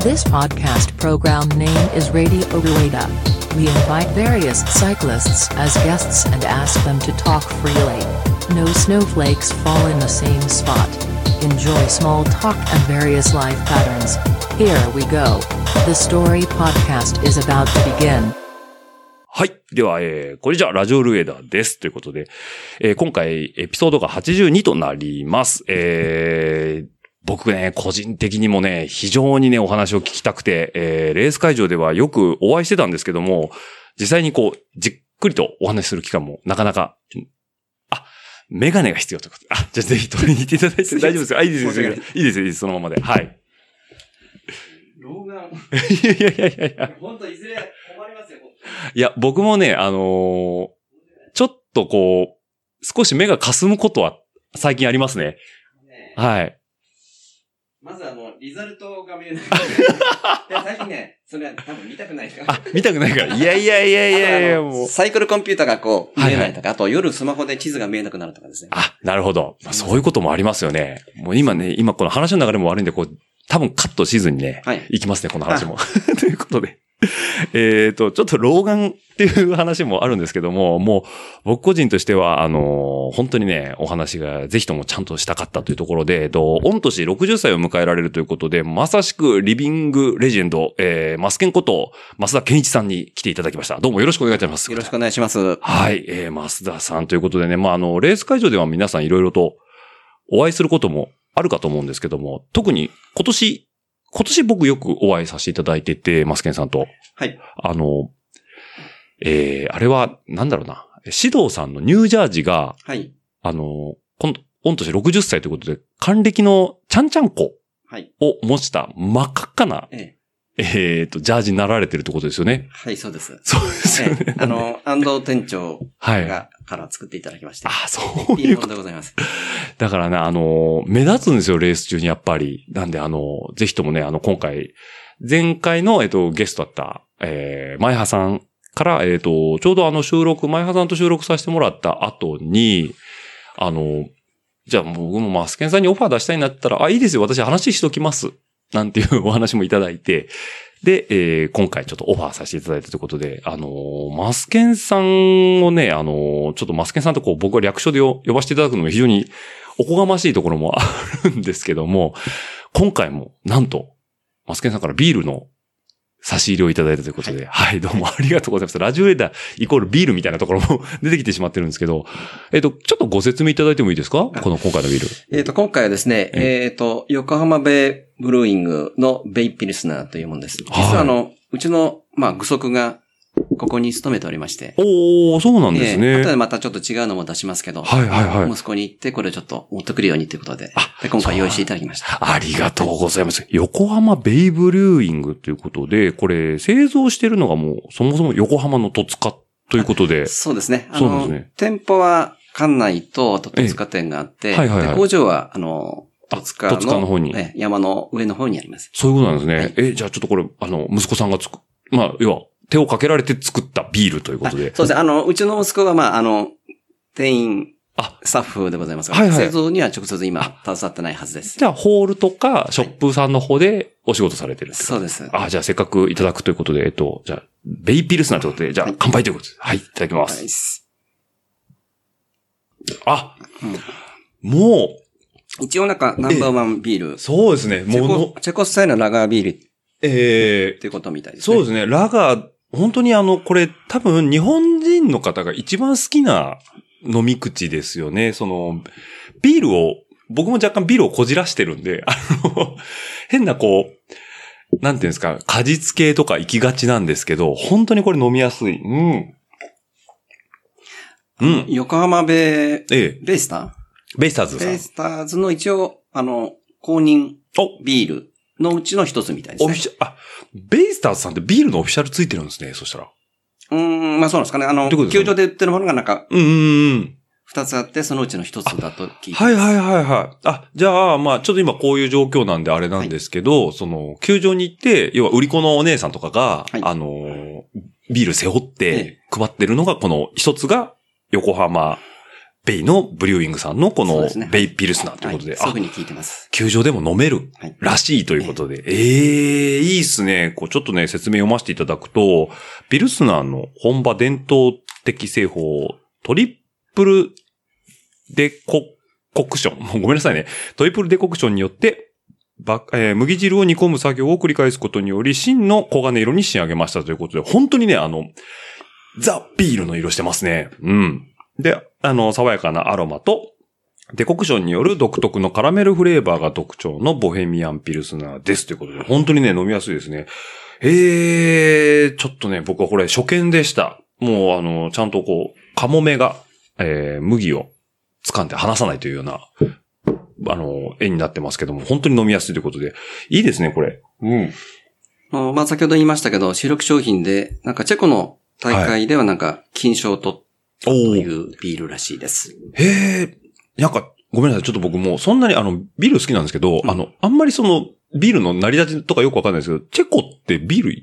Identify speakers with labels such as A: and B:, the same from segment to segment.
A: This podcast program name is Radio Rueda. We invite various cyclists as guests and ask them to talk freely. No snowflakes fall in the same spot. Enjoy small talk and various life patterns. Here we go. The story podcast is about to begin.
B: はい。では、えー、これじゃあ、ラジオルエダーです。ということで、えー今回、エピソードが82となります。えー、 僕ね、個人的にもね、非常にね、お話を聞きたくて、えー、レース会場ではよくお会いしてたんですけども、実際にこう、じっくりとお話しする機会もなかなか、あ、メガネが必要ということで。あ、じゃあぜひ取りに行っていただいて大丈夫ですよ。あ、いいですよ。いいですよいいですよ。いいですそのままで。はい。
C: 老眼、
B: いやいやいやいやいや。
C: 本当いずれ困りますよ、
B: いや、僕もね、あのーちょっとこう、少し目が霞むことは最近ありますね。
C: ね、
B: はい。
C: まずあの、リザルトが見 えない。いや、最近ね、それは多分見たくないから。
B: あ、見たくない から。いやいやいやいやいやい
C: あ
B: や、
C: とあの
B: もう。
C: サイクルコンピューターがこう、見え
B: は
C: ないい
B: は
C: とか、あと夜スマホで地図が見えなくなるとかですね。
B: あ、なるほど。まあ、そういうこともありますよね。もう今ね、今この話の流れも悪いんで、こう、多分カットシーズンにね、
C: はい。
B: いきますね、この話も。 ということで。えっと、ちょっと老眼っていう話もあるんですけども、もう僕個人としては、あのー本当にね、お話がぜひともちゃんとしたかったというところで、えっと、御年60歳を迎えられるということで、まさしくリビングレジェンド、えー、マスケンこと、増田健一さんに来ていただきました。どうもよろしくお願いいたします。
C: よろしくお願いします。
B: はい、えー、増田さんということでね、まあ、あの、レース会場では皆さんいろいろとお会いすることもあるかと思うんですけども、特に今年、今年僕よくお会いさせていただいてて、マスケンさんと。
C: はい。
B: あの、えー、あれは、なんだろうな、指導さんのニュージャージが、
C: はい。
B: あの、今度、御年60歳ということで、還暦のちゃんちゃんこ
C: はい。
B: を模した真っ赤っかな、
C: ええ。
B: えー、と、ジャージになられてるってことですよね。
C: はい、そうです。
B: そうですよ
C: ええ
B: ね。
C: あの、安藤店長
B: はい。あ
C: が、から作っていただきまして。
B: そう
C: い
B: い
C: いうものでございます。
B: だからね、あの、目立つんですよ、レース中にやっぱり。なんで、あの、ぜひともね、あの、今回、前回の、えっと、ゲストだった、えー、前葉さんから、えっと、ちょうどあの収録、前葉さんと収録させてもらった後に、あの、じゃあもう僕もマスケンさんにオファー出したいなったら、あ、いいですよ、私話しときます。なんていうお話もいただいて、で、えー今回ちょっとオファーさせていただいたということで、あのーマスケンさんをね、あのーちょっとマスケンさんとこう僕は略称でよ呼ばせていただくのも非常におこがましいところもあるんですけども、今回もなんと、マスケンさんからビールの差し入れをいただいたということで、はい、どうもありがとうございます。ラジオエーダーイコールビールみたいなところも 出てきてしまってるんですけど、えっ、と、ちょっとご説明いただいてもいいですか
C: あ
B: この今回のビール。
C: えっ、と、今回はですね、
B: え
C: えっ、と、横浜ベイブルーイングのベイピルスナーというものです。
B: はい
C: 実はあの、うちの、まあ、具足が、ここに勤めておりまして。
B: おー、そうなんです
C: ええ
B: ね。
C: 後でまたちょっと違うのも出しますけど、
B: はいはいはい。
C: 息子に行って、これをちょっと持ってくるようにということで
B: あ、
C: で今回用意していただきました。
B: ありがとうございます。横浜ベイブルーイングということで、これ製造してるのがもうそもそも横浜の戸塚ということで。
C: そうですね。あ
B: そうなんで
C: の、
B: すね
C: 店舗は、館内と、あと、戸塚店があっ
B: え
C: て、
B: えはいはいはい
C: で工場は、あの、戸塚の
B: あ戸塚の方に
C: ええ山の上の方にあります。
B: そういうことなんですね。
C: はい
B: え、じゃあちょっとこれ、あの、息子さんがつく、まあ、要は手をかけられて作ったビールというこ
C: あ
B: と
C: そうで
B: で。
C: すね。あの、うちの息子が、まあ、あの、店員、
B: あ、
C: スタッフでございますが、
B: はいはい
C: 製造には直接今、携わってないはずです。
B: じゃあホールとかショップさんの方でお仕事されてるってこと
C: そうです。
B: あ、じゃあせっかくいただくということで、えっと、じゃあ、ベイピルスナーということで、じゃあ乾杯ということで。はい、いただきます。あ、も
C: 一応なんか、ナンバーワンビー
B: う、
C: ル。
B: そうですね、
C: チェ
B: もうの
C: コ、チェコスタイルのラガービールっ
B: えー
C: ていうことみたいですね。
B: そうですね。ラガー、本当にあの、これ多分日本人の方が一番好きな飲み口ですよね。その、ビールを、僕も若干ビールをこじらしてるんで、あの、 変なこう、なんていうんですか、果実系とか行きがちなんですけど、本当にこれ飲みやすい。うん。うん。
C: 横浜ベ
B: ええ、
C: ベイスタ
B: ベイスターズ
C: ー
B: さ
C: ベイ
B: ん。
C: スターズの一応、あの、公認
B: お
C: ビールのうちの一つみたいです
B: オフ
C: ね
B: ィ。シャあ、ベイスターズさんってビールのオフィシャルついてるんですね、そしたら。
C: うーん、まあそうなんですかね。あの、
B: どういうことです
C: 球
B: か
C: 場で売ってるものがなんか、
B: うんうんうん。
C: 二つあって、そのうちの一つだと聞いて。
B: はいはいはいはい。あ、じゃあ、まあ、ちょっと今こういう状況なんであれなんですけど、その、球場に行って、要は売り子のお姉さんとかが、
C: はい
B: あのー、ビール背負っ
C: え
B: て配ってるのが、この一つが、横浜ベイのブリューイングさんのこ
C: そう
B: の
C: ですね
B: ベイピルスナーという
C: はい
B: ことで、
C: そういう
B: あ
C: ふう、に聞いてます。
B: 球場でも飲める
C: はい。
B: らしいということで、ええいいっすね。こう、ちょっとね、説明読ませていただくと、ビルスナーの本場伝統的製法、トリプルデコ、コクション。 もうごめんなさいね。トリプルデコクションによって、ば、えー麦汁を煮込む作業を繰り返すことにより、真の黄金色に仕上げましたということで、本当にね、あの、ザ・ビールの色してますね。うん。で、あの、爽やかなアロマと、デコクションによる独特のカラメルフレーバーが特徴のボヘミアンピルスナーです。ということで、本当にね、飲みやすいですね。えー、ちょっとね、僕はこれ初見でした。もう、あの、ちゃんとこう、カモメが、えー、麦を掴んで離さないというような、あの、絵になってますけども、本当に飲みやすいということで、いいですね、これ。うん。
C: あのまあ、先ほど言いましたけど、主力商品で、なんかチェコの大会ではなんか、金賞を取ったというビールらしいです。
B: へえ、なんか、ごめんなさい。ちょっと僕も、そんなにあの、ビール好きなんですけど、
C: うん
B: あの、あんまりその、ビールの成り立ちとかよくわかんないですけど、チェコってビール、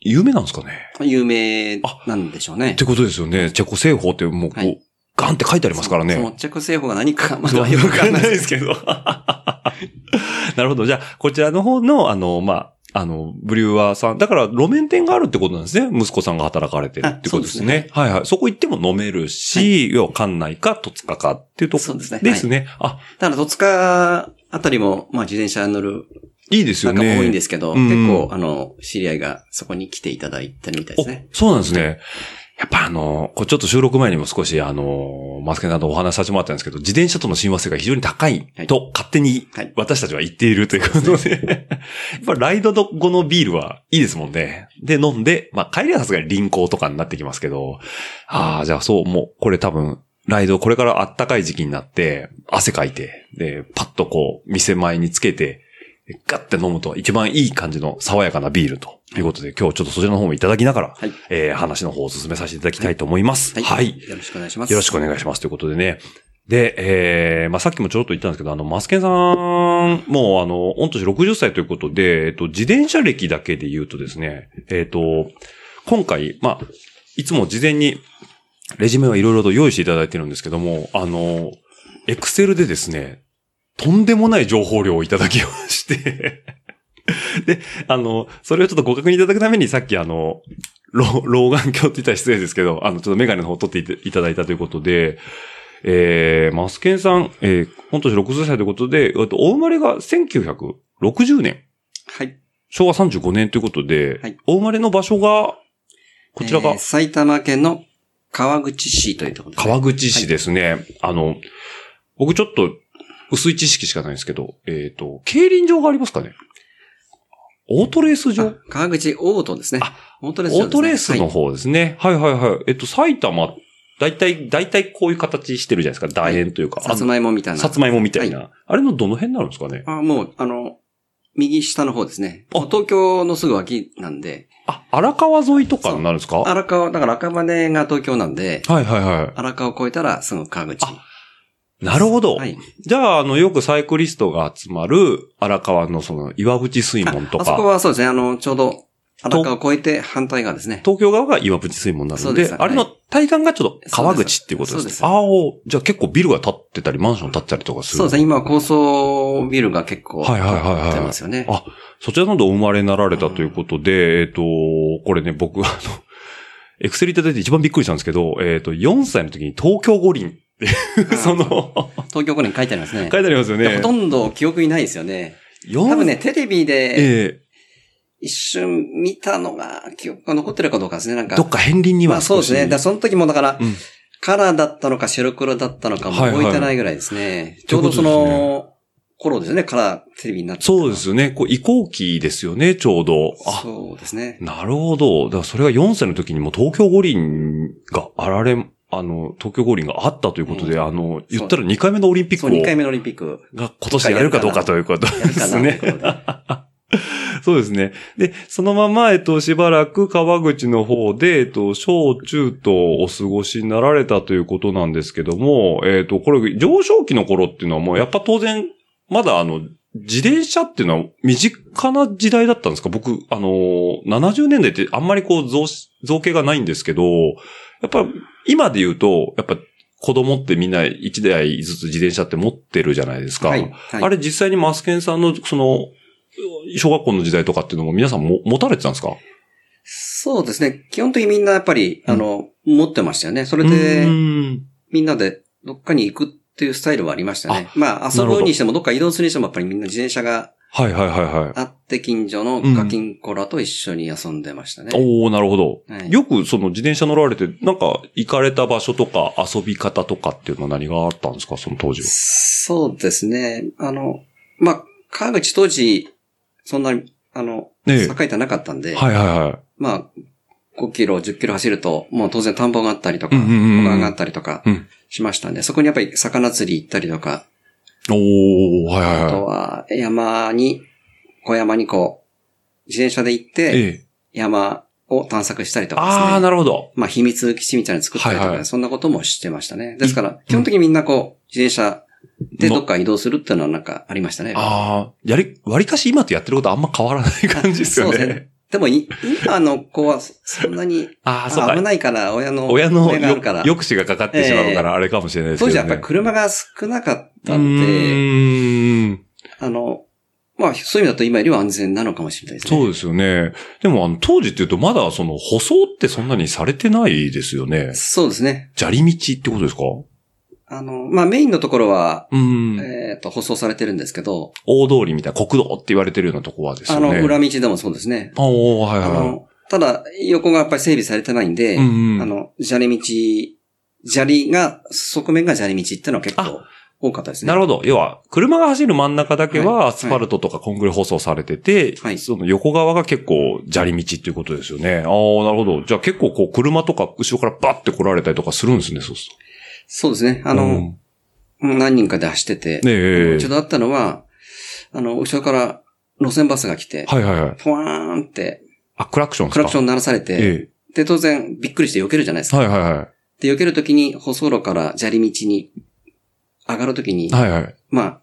B: 有名なんですかね
C: 有名なんでしょうね。
B: ってことですよね。チェコ製法ってもう、こう、
C: はい
B: ガンって書いてありますからね。
C: そのチェコ製法が何か、まだ
B: わ
C: よくわか
B: か
C: ん
B: ん
C: な
B: ないいで
C: で。
B: すすけ ど。なるほど。じゃあ、こちらの方の、あの、まあ、あの、ブリュワーさん。だから、路面店があるってことなんですね。息子さんが働かれてるってことですね。はいはい。そこ行っても飲めるし、要は館内か、戸塚かっていうとこ
C: そうですね
B: ですね。あ、
C: ただ、戸塚あたりも、まあ、自転車乗る、
B: いいです
C: な
B: よ
C: んか
B: ね。
C: 多いんですけど、
B: うん
C: 結構、あの、知り合いがそこに来ていただいてるみたいですね。
B: おそうなんですね。やっぱあの、こうちょっと収録前にも少しあの、マスケさんとお話しさせてもらったんですけど、自転車との親和性が非常に高いと勝手に
C: はい
B: 私たちは言っているということで、 やっぱライド後のビールはいいですもんね。で、飲んで、まあ帰りはさすがに輪行とかになってきますけど、ああ、じゃあそう、もうこれ多分、ライドこれから暖かい時期になって、汗かいて、で、パッとこう、店前につけて、ガッて飲むと一番いい感じの爽やかなビールということで、今日ちょっとそちらの方もいただきながら、
C: はい。
B: えー話の方を進めさせていただきたいと思います。はい。
C: よろしくお願いします。
B: よろしくお願いします。ということでね。で、えー、まあ、さっきもちょろっと言ったんですけど、あの、マスケンさん、もうあの、御年60歳ということで、えっと、自転車歴だけで言うとですね、えっと、今回、まあ、いつも事前に、レジュメはいろいろと用意していただいてるんですけども、あの、エクセルでですね、とんでもない情報量をいただきまして、で、あの、それをちょっとご確認いただくために、さっきあの、老 老眼鏡って言ったら失礼ですけど、あの、ちょっとメガネの方を取っていたいただいたということで、えー、マスケンさん、えー、本年60歳ということで、えっとお生まれが1960年、
C: はい。
B: 昭和35年ということで、
C: はい
B: お生まれの場所が、こちらが
C: えー埼玉県の川口市というところですね、
B: 川口市ですね。あの、僕ちょっと薄い知識しかないんですけど、えっ、と、競輪場がありますかねオートレース場
C: あ川口オートですね
B: あ。
C: オートレース
B: オートレースの
C: 場ですね
B: 方ですね。はい、はい、はいはい。えっと、埼玉、だいたい、だいたいこういう形してるじゃないですか。楕円というか。
C: はいさつまいもみたい
B: あの
C: な。
B: さつまいもみたいな。あれのどの辺になるんですかね。
C: あ、もう、あの、右下の方ですね。
B: あ
C: 東京のすぐ脇なんで、
B: あ、荒川沿いとかになるんですかは
C: 荒川、だから赤羽が東京なんで、
B: い、はい、は
C: 荒川を越えたらすぐ川口。
B: あい。なるほど。
C: はい。
B: じゃあ、あの、よくサイクリストが集まる荒川のその岩淵水門と
C: あそこ
B: か、
C: はそうですね、あの、ちょうど荒川を越えて反対側ですね。
B: 東京側が岩淵水門になる
C: そ
B: の
C: うで
B: です
C: はい
B: あれの対岸がちょっと川口っていうことです
C: そう
B: ね
C: で。す
B: ああ、じゃあ結構ビルが建ってたり、マンション建ってたりとかする。
C: そうですね、今は高層ビルが結構、
B: はいはいはいはい
C: 建ってますよね。
B: あそちらの方でお生まれになられたということで、えっ、と、これね、僕、あの、エクセルいただいて一番びっくりしたんですけど、えっ、と、4歳の時に東京五輪っていう、そ の、
C: 東京五輪書いてありますね。
B: 書いてありますよね。
C: ほとんど記憶にないですよね。
B: 4
C: 多分ね、テレビで
B: え
C: 一瞬見たのが、記憶が残ってるかどうかですね、なん
B: え
C: か。
B: どっか片鱗に
C: まあ
B: は
C: そう
B: 少
C: で
B: し。
C: すね。だからその時もだから、
B: うん
C: カラーだったのか白黒だったのかも
B: はいはい
C: 覚えてないぐらいですね。ち
B: とい
C: ょう
B: うことですね
C: どその頃ですね、カラーテレビになってたのは
B: そうですよね。こう移行期ですよね、ちょうど。あ、
C: そうですね。
B: なるほど。だからそれが4歳の時にもう東京五輪があられ、あの、東京五輪があったということで、
C: うん
B: あの、言ったら2回目のオリンピック
C: そ
B: を
C: う、2回目のオリンピック。
B: が今年やるかどうかということ
C: やる
B: で
C: か
B: す
C: な
B: ね
C: と。いうことで
B: そうですね。で、そのまま、えっと、しばらく川口の方で、えっと、小中とお過ごしになられたということなんですけども、えっと、これ、上昇期の頃っていうのはもう、やっぱ当然、まだあの、自転車っていうのは身近な時代だったんですか僕、あのー、70年代ってあんまりこう、造し、造形がないんですけど、やっぱ、今で言うと、やっぱ、子供ってみんな1台ずつ自転車って持ってるじゃないですか。
C: はい。はい
B: あれ実際にマスケンさんの、その、小学校の時代とかっていうのも皆さんも持たれてたんですか
C: そうですね。基本的にみんなやっぱり、
B: うん
C: あの、持ってましたよね。それ
B: う
C: で、
B: ーん
C: みんなでどっかに行くっていうスタイルはありましたね。まあ、遊ぶにしても、どっか移動するにしても、やっぱりみんな自転車が
B: はいはいはいはい。
C: あって、近所のガキンコラと一緒に遊んでましたね。
B: おおなるほど。
C: はい
B: よくその自転車乗られて、なんか行かれた場所とか遊び方とかっていうのは何があったんですかその当時は。
C: そうですね。あの、まあ、川口当時、そんなに、あの、
B: ええ
C: 栄えてなかったんで、
B: はいはいはい。
C: まあ、5キロ、10キロ走ると、もう当然田んぼがあったりとか、
B: うんうんうんうん
C: 湖岸があったりとか
B: うん
C: しましたんで、そこにやっぱり魚釣り行ったりとか、
B: おおはいはい
C: あ
B: は
C: とは山に、小山にこう、自転車で行っ
B: い。
C: て、
B: ええ。
C: 山を探索したりとかですね。
B: ああ、なるほど。
C: まあ、秘密基地みたいなの作ったりとか、
B: はいはい
C: そんなこともしてましたね。ですから、基本的にみんなこう、自転車で
B: の
C: どっか移動するっていうのはなんかありましたね。
B: ああ、やり、割かし今とやってることあんま変わらない感じですよ
C: そうです
B: ね
C: ね。でもい、今の子はそんなに、
B: ああ、
C: あ
B: そう
C: 危
B: か。
C: ないから、親の、
B: 親の
C: 親があるから
B: よ抑止がかかってしまうからあれかもしれないです
C: 当
B: けど、
C: 時
B: ね。
C: はやっぱり車が少なかった
B: うん
C: で、
B: ーん。
C: あの、まあ、そういう意味だと今よりは安全なのかもしれないですね。
B: そうですよね。でも、あの、当時っていうと、まだ、その、舗装ってそんなにされてないですよね。
C: そうですね。
B: 砂利道ってことですかう
C: あの、まあ、メインのところは、
B: ん。
C: えっ、と、舗装されてるんですけど、
B: 大通りみたいな、国道って言われてるようなとこはです
C: あ
B: よね。
C: の、裏
B: あ
C: 道でもそうですね。
B: おーはい
C: あ
B: は
C: の、ただ、横がやっぱり整備されてないんで、
B: い。うんう
C: あ
B: ん。
C: の、砂利道、砂利が、側面が砂利道っていうのは結構多かったですね。
B: な
C: る
B: るほど。要は、車が走る真ん中だけ
C: はい
B: はアスファルトとかコンクリ舗装されてて、
C: はい
B: その横側が結構砂利道っていうことですよね。ああ、なるほど。じゃあ結構こう車とか後ろからバッて来られたりとかするんですね、そうする
C: そうですね。
B: と。う
C: あ
B: ん
C: の、何人かで走っ
B: ね
C: てて、
B: え。
C: 一度あったのは、あの、後ろから路線バスが来て、
B: はいはいはい。
C: ポワーンって、
B: あ、クラクションです
C: ク
B: か
C: ラクション鳴らされて、
B: え
C: で、当然、びっくりして避けるじゃないです
B: え。
C: か。
B: はいはいは
C: で、避けるときに、舗装路から砂利道に上がるときに
B: い。、はいはい。
C: まあ、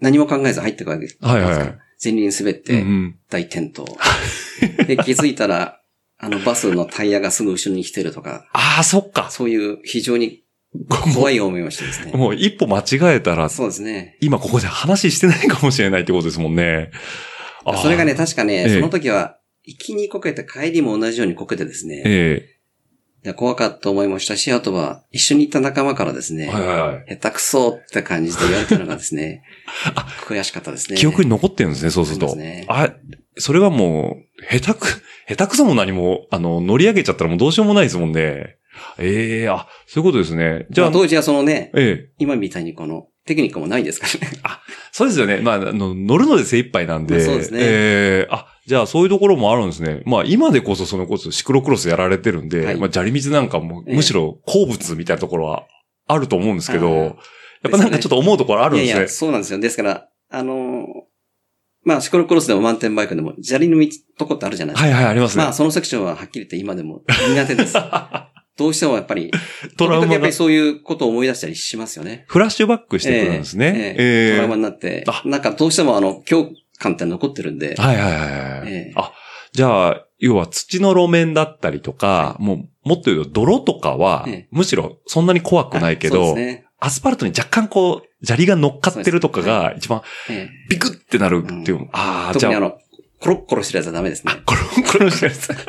C: 何も考えず入ってくわけです。
B: はいはいはい
C: 前輪滑って
B: うんう、ん
C: 大転倒。で、気づいたら、あの、バスのタイヤがすぐ後ろに来てるとか、
B: ああ、そっか。
C: そういう非常に怖い思いをしてですね。
B: もう一歩間違えたら、
C: そうですね。
B: 今ここで話してないかもしれないってことですもんね。あー
C: それがね、、確か
B: え
C: ね、
B: え
C: その時は、行きにこけて帰りも同じようにこけてですね、
B: え
C: で怖かった思いもしたし、あとは、一緒に行った仲間からです
B: え
C: ね、
B: はいはいはい。
C: 下手くそって感じで言われたのがで すね、悔しかったですね。
B: 記憶に残ってるんですね、そうすると。
C: そうですね
B: あ、それはもう、下手く、下手くそも何も、あの、乗り上げちゃったらもうどうしようもないですもんね。ええあ、そういうことですね。じ
C: じゃ
B: ゃ
C: あ、
B: あ、
C: 当時はそのね、
B: ええ
C: 今みたいにこの、テクニックもないですからね。
B: そうですよね。まあ、あの、乗るので精一杯なんで。
C: まあそうですね
B: ええあ、じゃあそういうところもあるんですね。まあ今でこそそのこそシクロクロスやられてるんで、
C: はい
B: まあ砂利水なんかも、
C: ええ
B: むしろ好物みたいなところはあると思うんですけど、
C: あー
B: やっぱなんかちょっと思うところあるんですね。
C: いやいや、そうなんですよ。ですから、あのーまあ、シクロクロスでもマウンテンバイクでも、砂利の道とこってあるじゃないですか。
B: はいはい、ありますね。
C: まあ、そのセクションははっきり言って今でも苦 手です。どうしてもやっぱり、
B: トラウ
C: 時々
B: マ
C: やっぱ
B: が
C: り、そういうことを思い出したりしますよね。
B: フラッシュバックしてくるんですね。
C: ええ
B: ええ
C: トラウマになって
B: あ、
C: なんかどうしてもあの、恐怖感って残ってるんで、
B: はいはいはいはい。
C: ええ
B: あ、じゃあ、要は土の路面だったりとか、もう、もっと言うと泥とかは、
C: ええ
B: むしろそんなに怖くないけ
C: あそ
B: ど、
C: うですね。
B: アスファルトに若干こう、砂利が乗っかってるとかが一番
C: え
B: ビクってなるっていう。
C: うん
B: ああ、
C: え
B: じ
C: 特
B: ゃ
C: にあ
B: あ、
C: の、コロッコロしてるやつはダメですね。
B: コロコロしてるやつ。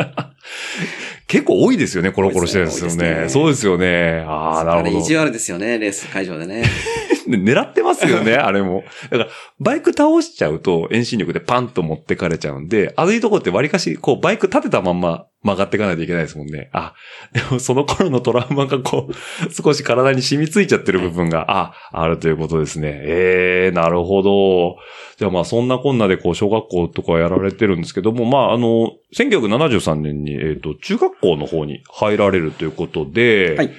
B: 結構多いですよね、コロコロしてるやつですよ
C: 多いです
B: ね。
C: ね
B: そうですよね。ああ、なる
C: あれ
B: ほ
C: 意地
B: ど。
C: 悪ですよね、レース会場で ね。
B: 狙ってますよ ね、あれも。だから、バイク倒しちゃうと遠心力でパンと持ってかれちゃうんで、ああいうとこって割かし、こう、バイク立てたまんま曲がっていかないといけないですもんね。あ、でもその頃のトラウマがこう、 少し体に染みついちゃってる部分が、あ、あるということですね。ええなるほど。じゃあまあそんなこんなでこう、小学校とかやられてるんですけども、まああの、1973年に、えっ、と、中学校の方に入られるということで、
C: はい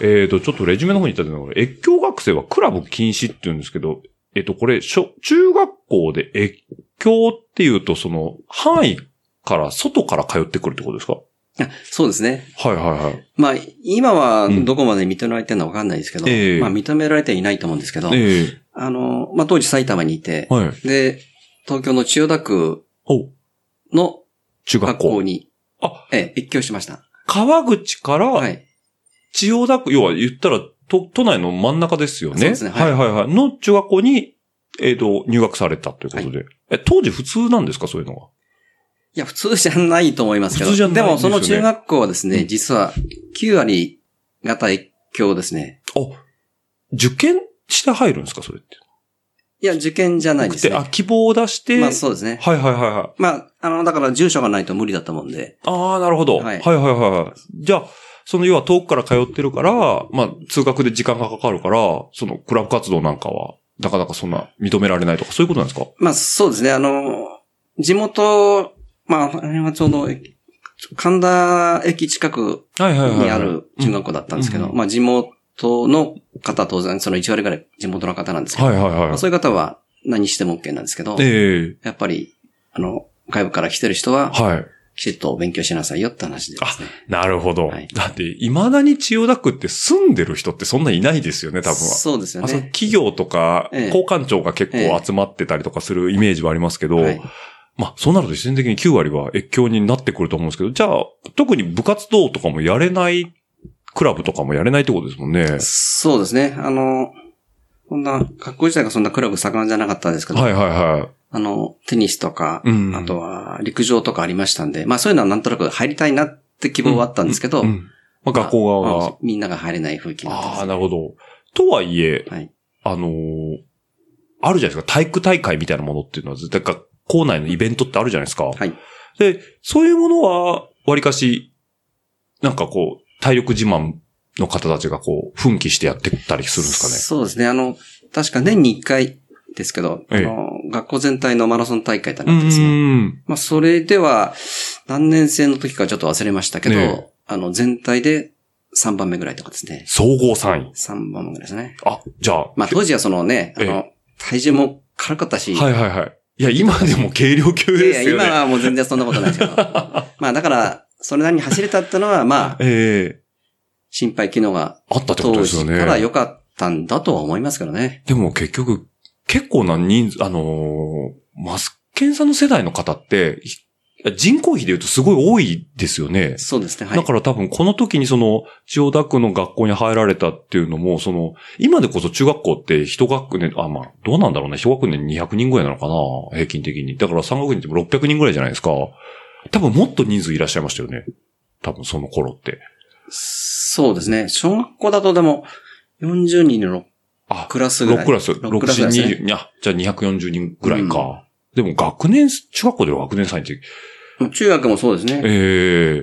B: えっ、と、ちょっとレジュメの方に言ったのが、越境学生はクラブ禁止って言うんですけど、えっ、と、これ、小中学校で越境っていうと、その、範囲から、外から通ってくるってことですか
C: あそうですね。
B: はいはいはい。
C: まあ、今は
B: うん
C: どこまで認められてるのかわかんないですけど、
B: ええ
C: まあ認められてはいないと思うんですけど、
B: ええ
C: あの、まあ当時埼玉にいて、
B: はい。
C: で、東京の千代田区
B: お、
C: の
B: 中学
C: 学
B: 校。
C: 校に、
B: あ
C: ええ、越境しました。
B: 川口から、
C: はい。
B: 千代田区、要は言ったら、と、都内の真ん中ですよね。
C: そうですね
B: は
C: はいい
B: はいはい。の中学校に、えっ、と、入学されたということで。え、当時普通なんですかそういうのが。
C: いや、普通じゃないと思いますけど。
B: 普通じゃない
C: でも、
B: です
C: そ
B: よね
C: の中学校はです
B: う
C: ね、
B: ん
C: 実は9割が対教ですね。
B: あ、受験して入るんですかそれって。
C: いや、受験じゃないです
B: であ、
C: ね。
B: 希望を出して、
C: まあ、そうですね。
B: はいはいはいはい。
C: まあ、あの、だから住所がないと無理だったもんで。
B: ああ、なるほど。は、
C: はいい
B: はいはいはい。じゃあ、その要は遠くから通ってるから、まあ、通学で時間がかかるから、そのクラブ活動なんかは、なかなかそんな認められないとか、そういうことなんですか
C: まあ、そうですね。あの、地元、まあ、あの辺はちょうど、神田駅近く
B: はいはいはい、はい。
C: にある中学校だったんですけ
B: うん
C: ど、
B: うん
C: まあ、地元の方は当然、その1割ぐらい地元の方なんですけど、
B: はいはい
C: ま
B: は
C: あ
B: い。
C: そういう方は何しても OK なんですけど、
B: ええ
C: やっぱり、あの、外部から来てる人は、
B: はい。
C: きちっと勉強しなさいよって話ですね。
B: なるほど。
C: はい
B: だって、未だに千代田区って住んでる人ってそんないないですよね、多分は。
C: そうですよ
B: あそう
C: ね。
B: 企業とか、
C: ええ
B: 交換庁が結構集まってたりとかするイメージはありますけど、
C: はい
B: まあ、そうなると自然的に9割は越境になってくると思うんですけど、じゃあ、特に部活動とかもやれない、クラブとかもやれないってことですもんね。
C: そうですね。あの、こんな、学校自体がそんなクラブ盛んじゃなかったですけど、
B: はいはいは
C: あの、テニスとか、
B: い。うん。
C: あとは陸上とかありましたんで、まあそういうのはなんとなく入りたいなって希望はあったんですけど、
B: うん。まあ、学校
C: ま
B: 側
C: あ
B: は。
C: みんなが入れない雰囲気になってま
B: あ
C: す
B: あ、なるほど。とはいえ、
C: はい
B: あのーあるじゃないですか、体育大会みたいなものっていうのは、絶対学校内のイベントってあるじゃないですか。
C: はい
B: で、そういうものは、わりかし、なんかこう、体力自慢の方たちがこう、奮起してやってたりするんです
C: そうですね。あの、確か年に1回ですけど、
B: ええ
C: あの学校全体のマラソン大会って
B: か
C: な
B: ね。
C: ってですね。
B: ん。
C: まあそれでは、何年生の時かちょっと忘れましたけど、
B: ええ
C: あの全体で3番目ぐらいとかですね。
B: 総合3位。
C: 3番目ぐらいですね。
B: あ、じゃあ。
C: まあ当時はそのね、あ
B: え
C: の、体重も軽かったし、
B: はいはいはい。いや、今でも軽量級
C: い
B: で
C: や
B: す
C: いや、
B: よ
C: 今
B: ね。
C: はもう全然そんなことないです けど。まあだから、それなりに走れたってのは、まあ、
B: え
C: 心配機能が
B: えあったってこと
C: 当
B: ですよ
C: 時
B: ね。
C: から良かったんだとは思いますけどね。
B: でも結局、結構な人数、あのーマスケンさんの世代の方って、い人口比で言うとすごい多いですよね。
C: そうですね、はい。
B: だから多分この時にその、千代田区の学校に入られたっていうのも、その、今でこそ中学校って一学年、あ、まあ、どうなんだろうね。一学年200人ぐらいなのかな平均的に。だから三学年でも600人ぐらいじゃないですか。多分もっと人数いらっしゃいましたよね。多分その頃って。
C: そうですね。小学校だとでも、40人の
B: あ、
C: クラスぐら
B: 6
C: い。
B: クラス、
C: 6
B: 6
C: クラスですね
B: 二十、いや、じゃあ240人ぐらいか。でも学年、中学校では学年3位って、
C: 中学もそうですね。
B: ええ
C: え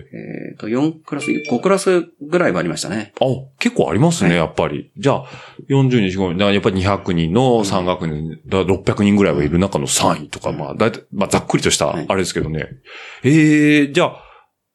C: っ、と、4クラス、5クラスぐらいはありましたね。
B: あ、結構ありますね、
C: はい
B: やっぱり。じゃあ、40人、45人、だからやっぱり200人の3学年、だから600人ぐらいはいる中の3位とか、
C: うん
B: まあ、だいたい、まあ、ざっくりとした、あ
C: はい
B: れですけどね。ええじゃあ、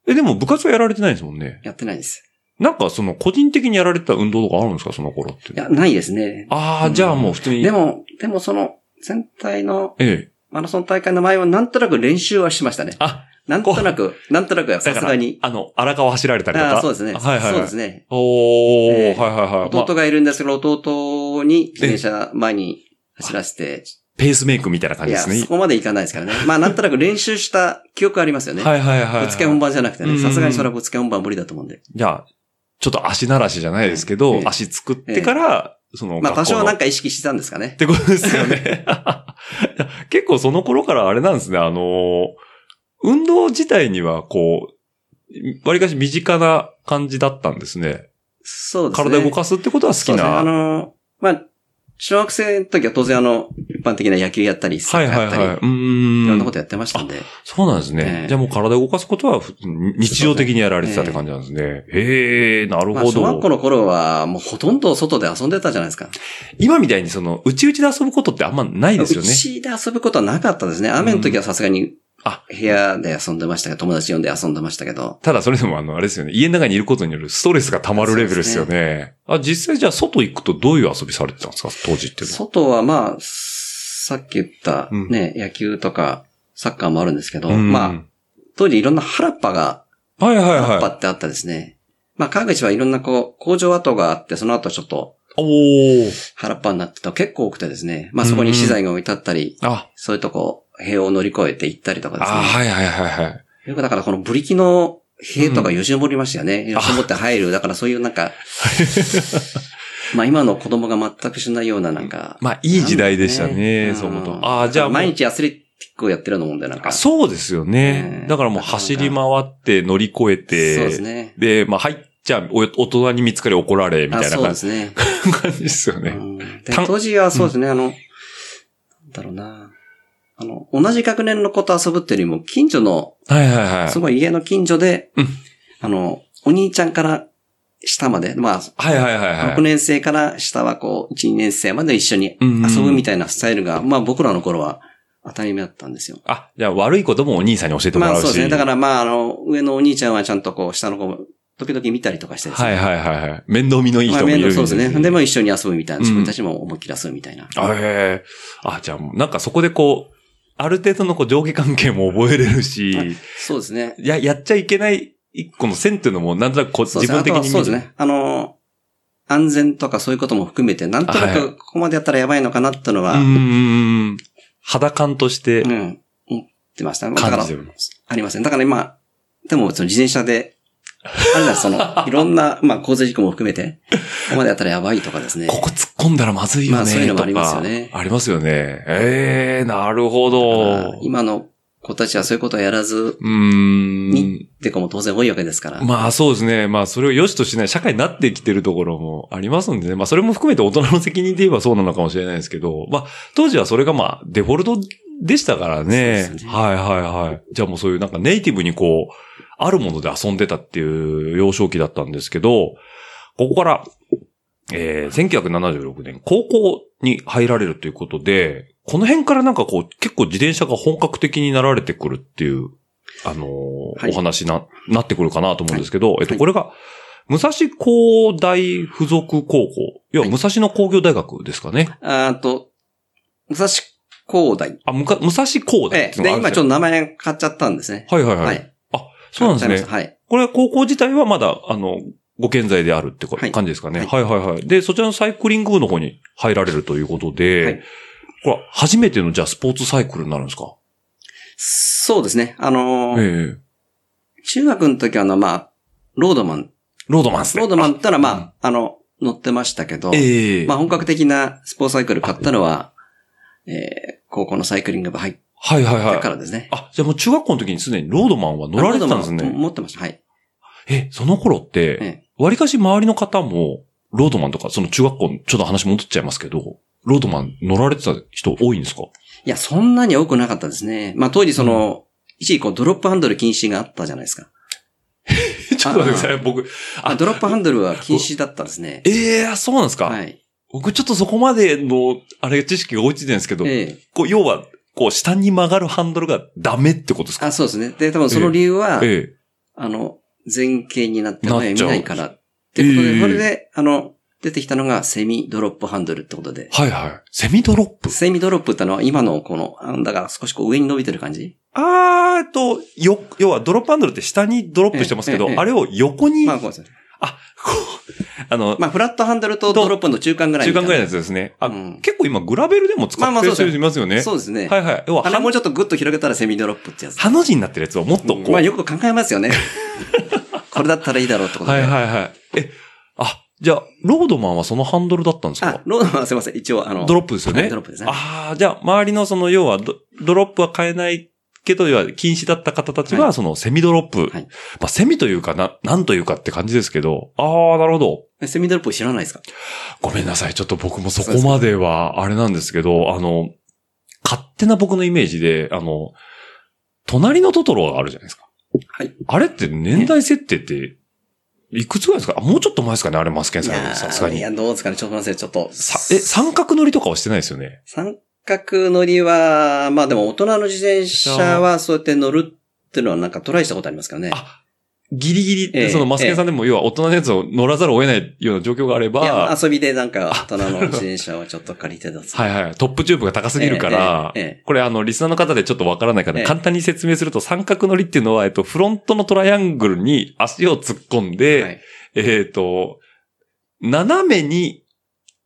B: え、でも部活はやられてないですもんね。
C: やってないです。
B: なんかその、個人的にやられてた運動とかあるんですか、その頃って。
C: いや、ないですね。
B: ああ、じゃあもう普通に。
C: でも、でもその、全体の
B: ええ。
C: マラソン大会の前はなんとなく練習はしましたね。
B: あ、
C: なんとなく、なんとなく、さすがに。
B: あの、荒川走られたりと
C: あ
B: か。
C: あ、そうですね。
B: はいはい、はい。
C: そうですね。
B: おー、
C: ええ
B: はいはいはい。ま
C: 弟
B: あ、
C: がいるんですけど、弟に自転車前に走らせて、
B: ペースメイクみたいな感
C: い
B: じで
C: や、
B: すね
C: そ。こまでいかないですからね。まあ、なんとなく練習した記憶ありますよね。
B: はいはいはいはい。
C: ぶつけ本番じゃなくて
B: うん
C: ね。
B: うん
C: さすがにそれはぶつけ本番は無理だと思うんで。
B: じゃあ、ちょっと足慣らしじゃないですけど、
C: ええ
B: 足作ってから、その、
C: まあ、多
B: 学校
C: 少
B: の
C: はなんか意識してたんですかね
B: っ。てことですよね。結構その頃からあれなんですね、あの、運動自体にはこう、わりかし身近な感じだったんですね。
C: そうですね。
B: 体を動かすってことは好き
C: そうですねあ
B: な。
C: のー、まあ、小学生の時は当然あの、一般的な野球やったり、サ
B: は
C: ッ
B: い
C: カ
B: はい
C: ーやった
B: は
C: り、
B: い。う
C: いろんな
B: ー
C: こ
B: ん。
C: とやってましたんで。
B: そうなんですね。
C: ええ
B: じゃあもう体を動かすことは普通に日常的にやられてたって感じなんですね。へえー、なる
C: まあ、
B: ほ
C: 小
B: ど。
C: 学校の頃は、もうほとんど外で遊んでたじゃないですか。
B: 今みたいにその、うちうちで遊ぶことってあんまないですよね
C: う。ちで遊ぶことはなかったですね。雨の時はさすがに、
B: あ
C: 部屋で遊んでましたけど、友達呼んで遊んでましたけど。
B: ただそれでもあの、あれですよね。家の中にいることによるストレスが溜まるレベルですよね。
C: そう
B: あ、実際じゃあ外行くとどういう遊びされてたんですか当時っていうのは。
C: 外はまあ、さっき言った
B: うん
C: ね、野球とかサッカーもあるんですけど、
B: うん
C: まあ、当時いろんな原っぱが、
B: はいはい
C: 原っぱ
B: はい。
C: ってあったですね。まあ、川口はいろんなこう、工場跡があって、その後ちょっと
B: おー。
C: 原っぱになってたの結構多くてですね、まあそこに資材が置いてあったり、
B: あ、
C: そういうとこ、塀を乗り越えて行ったりとかです
B: あ
C: ね。
B: はいはいはいはい。
C: よくだからこのブリキ の塀とかよじ登りましたよね。よじ登って入る。だからそういうなんか、まあ今の子供が全くしないようななんか。
B: まあ、いい時代でしたね、
C: なん
B: そう思うと
C: ん。
B: ああ、じゃあもう
C: 毎日アスレティックをやってるようなもんで、なんか。
B: あそうですよね
C: ね。え
B: だからもう走り回って乗り越えて、
C: そうですね。
B: で、まあ入っちゃう、お大人に見つかり怒られ、み
C: あ
B: たいな
C: そう
B: 感
C: で
B: じ
C: すね。
B: 感じですよ
C: う
B: ね。
C: んで
B: たん
C: 当時はそうですね、あの、なんだろうな。あの、同じ学年の子と遊ぶっていうよりも、近所の、
B: はいはいはい。
C: すごい家の近所で
B: うん、
C: あの、お兄ちゃんから下まで、まあ、
B: はいはいはい
C: 6
B: はい。
C: 年生から下はこう、1、2年生まで一緒に遊ぶみたいなスタイルが、まあ僕らの頃は当たり前だったんですよ。
B: あ、じゃあ悪いこともお兄さんに教えても
C: ま
B: ら
C: あ
B: うし。
C: そうですね。だからまああの、上のお兄ちゃんはちゃんとこう、下の子も時々見たりとかしてです
B: は
C: ね。
B: いはいはいはい。面倒見のいい
C: まあ
B: 人もい
C: 面
B: る
C: 倒
B: みた
C: そ
B: いうな
C: ですね。でも一緒に遊ぶみたいな。
B: うん
C: 自分たちも思いっきり遊ぶみたいな。
B: あへえ。あ、じゃあもうなんかそこでこう、ある程度のこう上下関係も覚えれるし、
C: そうですね。
B: や、やっちゃいけない一個の線っていうのも、なんとなくこう
C: そう
B: 自
C: ですね。
B: 分
C: あと
B: 的に
C: は
B: 見
C: そうですね。あの、安全とかそういうことも含めて、なんとな
B: はいは
C: くここまでやったらやばいのかなっての
B: う
C: は、
B: ーん。肌感として
C: う、ん、思ってました。だから
B: 感じ、てる。
C: ありません。だから今、でもその自転車で、あれ だ、その、いろんな、まあ、交通事故も含めて、ここまでやったらやばいと かですね。
B: ここ突っ込んだらまずいよ
C: まあ
B: ね。
C: そういうのもありますよ
B: と
C: ね
B: かありますよね。ええなるほ
C: あ
B: ど
C: ー。今の子たちはそういうことをやらず、
B: うーん
C: に。って子も当然多いわけですから。
B: まあそうですね。まあそれを良しとしない社会になってきてるところもありますんでね。まあそれも含めて大人の責任で言えばそうなのかもしれないですけど、まあ当時はそれがまあデフォルトでしたからね
C: そう。ですね
B: はいはいはい。じゃあもうそういうなんかネイティブにこう、あるもので遊んでたっていう幼少期だったんですけど、ここから、えー、1976年、高校に入られるということで、この辺からなんかこう、結構自転車が本格的になられてくるっていう、あのー
C: はい
B: お話な、なってくるかなと思うんですけど、えっと、
C: はい
B: これが、武蔵工大附属高校。要は、武蔵野工業大学ですかね。
C: あーと、武蔵工大。
B: あ、むか、武蔵工大
C: え
B: っ
C: え。
B: ていう
C: で、
B: のがある
C: 今
B: ん
C: ち
B: すよ
C: ょっと名前変わっちゃったんですね。
B: はいはいはい。
C: はい。
B: そうなんです
C: 変わっちゃいま
B: ね
C: し。たはい。
B: これ、高校自体はまだ、あの、ご健在であるってこ
C: はい
B: 感じですかね。
C: は
B: はいはいはい。で、そちらのサイクリング部の方に入られるということで、
C: はい
B: これ、初めてのじゃあスポーツサイクルになるんですか
C: そうですね。あ
B: ええ
C: のー中学の時はあの、まあ、ロードマン。
B: ロードマンですね。
C: ロードマンっ
B: あ
C: て言ったら、まあ、あの、乗ってましたけど、
B: ええ
C: まあ本格的なスポーツサイクル買ったのは、えー、高校のサイクリング部入って
B: はいはいはい。
C: からですね。
B: あ、じゃあもう中学校の時にすでにロードマンは乗られてたんです
C: あの
B: ね。
C: 持ってました。はい。
B: え、その頃っ
C: え
B: て、
C: え
B: 割かし周りの方も、ロードマンとか、その中学校の、ちょっと話戻っちゃいますけど、ロードマン乗られてた人多いんですか
C: いや、そんなに多くなかったですね。まあ当時その、一時こうドロップハンドル禁止があったじゃないですか。
B: ちょっと待ってください、僕。あ
C: あ、ドロップハンドルは禁止だったんですね。
B: ええそうなんですか、
C: はい。
B: 僕ちょっとそこまでの、あれ、知識が追いついてないんですけど、
C: ええ
B: こう要は、こう、下に曲がるハンドルがダメってことですか
C: あ、そうですね。で、多分その理由は、
B: え
C: あの、前傾になって
B: なっ
C: 前
B: ち
C: 見
B: ゃう
C: ないからってこと
B: ええ
C: で、これで、あの、出てきたのがセミドロップハンドルってこと
B: え。
C: で
B: はいはい。セミドロップ。
C: セミドロップってのは今のこの、あのだから少しこう上に伸びてる感じ
B: あーえっと、よ、要はドロップハンドルって下にドロップしてますけど、
C: ええええ
B: あれを横に、
C: まあ
B: あ、
C: こうですね。
B: こう、あの、
C: まあフラットハンドルとドロップの中間ぐらい
B: 中
C: みた
B: 間
C: いな。
B: ぐらいのやつですね。あ、
C: うん
B: 結構今グラベルでも使
C: まあま
B: っ
C: あ
B: て
C: そ
B: る
C: うです
B: 人
C: ね
B: いますよね。
C: そうですね。
B: はいはい。要は、
C: あれ
B: は
C: もうちょっとグッと広げたらセミドロップってやつ。
B: ハの字になってるやつをもっとこう、
C: まあよく考えますよね。 これだったらいいだろうってこと
B: は
C: で。
B: いはいはい。え、あ、じゃあ、ロードマンはそのハンドルだったんですか
C: あ、ロードマンはすいません。一応あの、
B: ドロップですよ
C: はい
B: ね
C: ド。ロップですね。
B: ああ、じゃあ、周りのその、要はド、ドロップは買えないけど、要は禁止だった方たち
C: は
B: は、
C: い
B: その、セミドロップ。
C: はい
B: まあ、セミというかな、なんというかって感じですけど、ああ、なるほど。
C: えセミドロップ知らないですか
B: ごめんなさい。ちょっと僕もそこまでは、あれなんですけど、あの、勝手な僕のイメージで、あの、隣のトトロがあるじゃないですか。
C: はい。
B: あれって年代設定って、いくつぐらいですかあもうちょっと前ですかねあれマスケンさんよりさすが
C: い
B: に
C: や、。どうですかね。ちょっと待ってください。ちょっと。
B: さえ、三角乗りとかはしてないですよね。
C: 三角乗りは、まあでも大人の自転車はそうやって乗るっていうのはなんかトライしたことありますからね。
B: あギリギリ、
C: ええ
B: そのマスケンさんでも、要は大人のやつを乗らざるを得ないような状況があれば、
C: いや、遊びでなんか大人の自転車をちょっと借りてたんです
B: はいはい、トップチューブが高すぎるから、
C: ええええ
B: これあの、リスナーの方でちょっとわからないから、
C: ええ
B: 簡単に説明すると、三角乗りっていうのは、えっと、フロントのトライアングルに足を突っ込んで、
C: はい
B: えっと、斜めに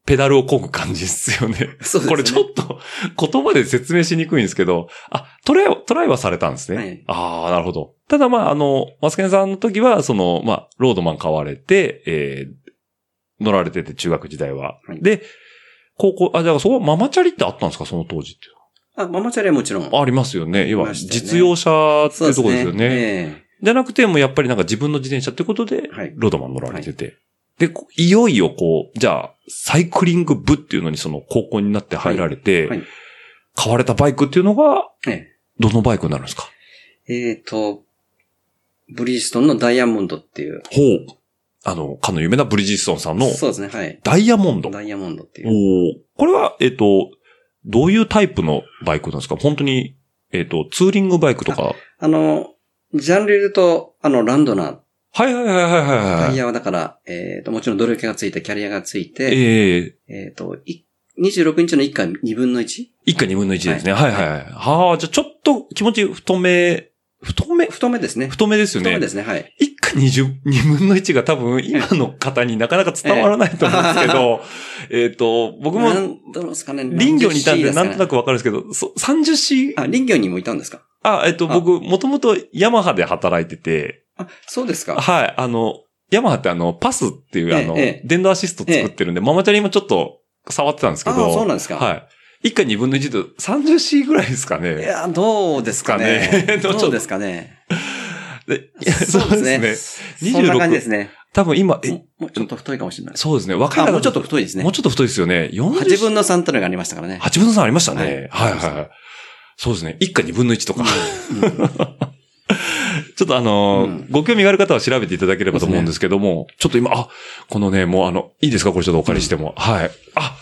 B: ペダルを漕ぐ感じですよね。
C: そうですね
B: これちょっと言葉で説明しにくいんですけど、あ、トライは、トライはされたんですね。
C: はい
B: ああ、なるほど。ただまあ、あの、マスケンさんの時は、その、まあ、ロードマン買われて、えー乗られてて、中学時代は。
C: はい
B: で、高校、あ、じゃあそこママチャリってあったんですかその当時って。
C: あ、ママチャリはもちろん。
B: ありますよね。要
C: あり
B: は、
C: ましたよね
B: 実用車って
C: そう
B: いうところですよね。
C: え
B: じゃなくても、やっぱりなんか自分の自転車ってことで
C: え、はい。
B: ロードマン乗られてて。で、こいよいよこう、じゃあ、サイクリング部っていうのにその高校になって入られて、
C: はいはい
B: 買われたバイクっていうのが、
C: ええ
B: どのバイクになるんですか
C: えっ、と、ブリヂストンのダイヤモンドっていう。
B: ほう。あの、かの有名なブリヂストンさんの
C: そうですね、はい。
B: ダイヤモンド。
C: ダイヤモンドっていう。
B: おーこれは、えっ、と、どういうタイプのバイクなんですか本当に、えっ、と、ツーリングバイクとか。
C: あの、ジャンルで言うと、あの、ランドナー。
B: はいはいはいはいはい
C: タ
B: は
C: イ
B: い。
C: ヤはだから、えっ、と、もちろん努力がついて、キャリアがついて、
B: ええ
C: えっ、と、い26インチの1回2分の 1?
B: 一家二分の一ですね。はいはいはい。はあ、じゃあちょっと気持ち太め、太め、
C: 太めですね。
B: 太めですよ
C: 太め
B: ね
C: で。すね、はい。
B: 一家二十、二分の一が多分今の方になかなか伝わらないと思うんですけど、えっと、僕も
C: なんどうですかね。
B: 林業にいたんでなんとな
C: く。
B: くわかるんですけど、そ 30C、
C: あ、林業にもいたんですか
B: あ、えっと、
C: あ
B: 僕、もともとヤマハで働いてて、
C: あ、そうですか。
B: はい、あの、ヤマハってあの、パスっていうあの、
C: ええええ
B: 電動アシスト作ってるんで、ママチャリもちょっと触ってたんですけ
C: あ
B: ど、
C: そうなんですか。
B: はい。一家二分の一と 30C ぐらいですかね。
C: いや、どうですか
B: ですかね
C: ね。
B: どう
C: どうですかね。
B: でいやそうですね。
C: ね。そんな感じですね。
B: 多分今、え、
C: ももうちょっと太いかもしれない。
B: そうですね。若い
C: あ、
B: 方
C: もうちょっと太いですね
B: もう。ちょっと太いですよね。40
C: 8分の3というのがありましたからね。
B: 8分の3ありましたね。はい、はい、はい。そうですね。一家二分の一とか。
C: うん
B: ちょっとあのー
C: うん
B: ご興味がある方は調べていただければと思うんですけども、ちょっと今、あ、このね、もうあの、いいですかこれちょっとお借りしても。はい。あ、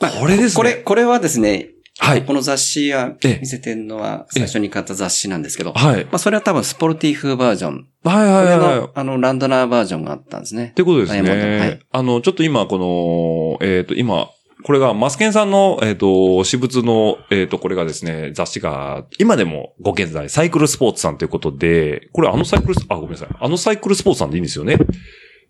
C: まあ
B: これですね。
C: これ、、これはですね、
B: はい。
C: この雑誌は
B: ええ
C: 見せてるのは最初に買った雑誌なんですけど、ま
B: はい。
C: あそれは多分スポルティー風バージョン。
B: はい
C: こ
B: はいは
C: れ
B: いはい。
C: の、あの、ランドナーバージョンがあったんですね
B: っ。てことです
C: ダイヤモンドは
B: ね
C: い。
B: あの、ちょっと今、この、えっ、と、今、これが、マスケンさんの、えっ、と、私物の、えっ、と、これがですね、雑誌が、今でもご現在、サイクルスポーツさんということで、これあのサイクルス、あ、ごめんなさい。あのサイクルスポーツさんでいいんですよね。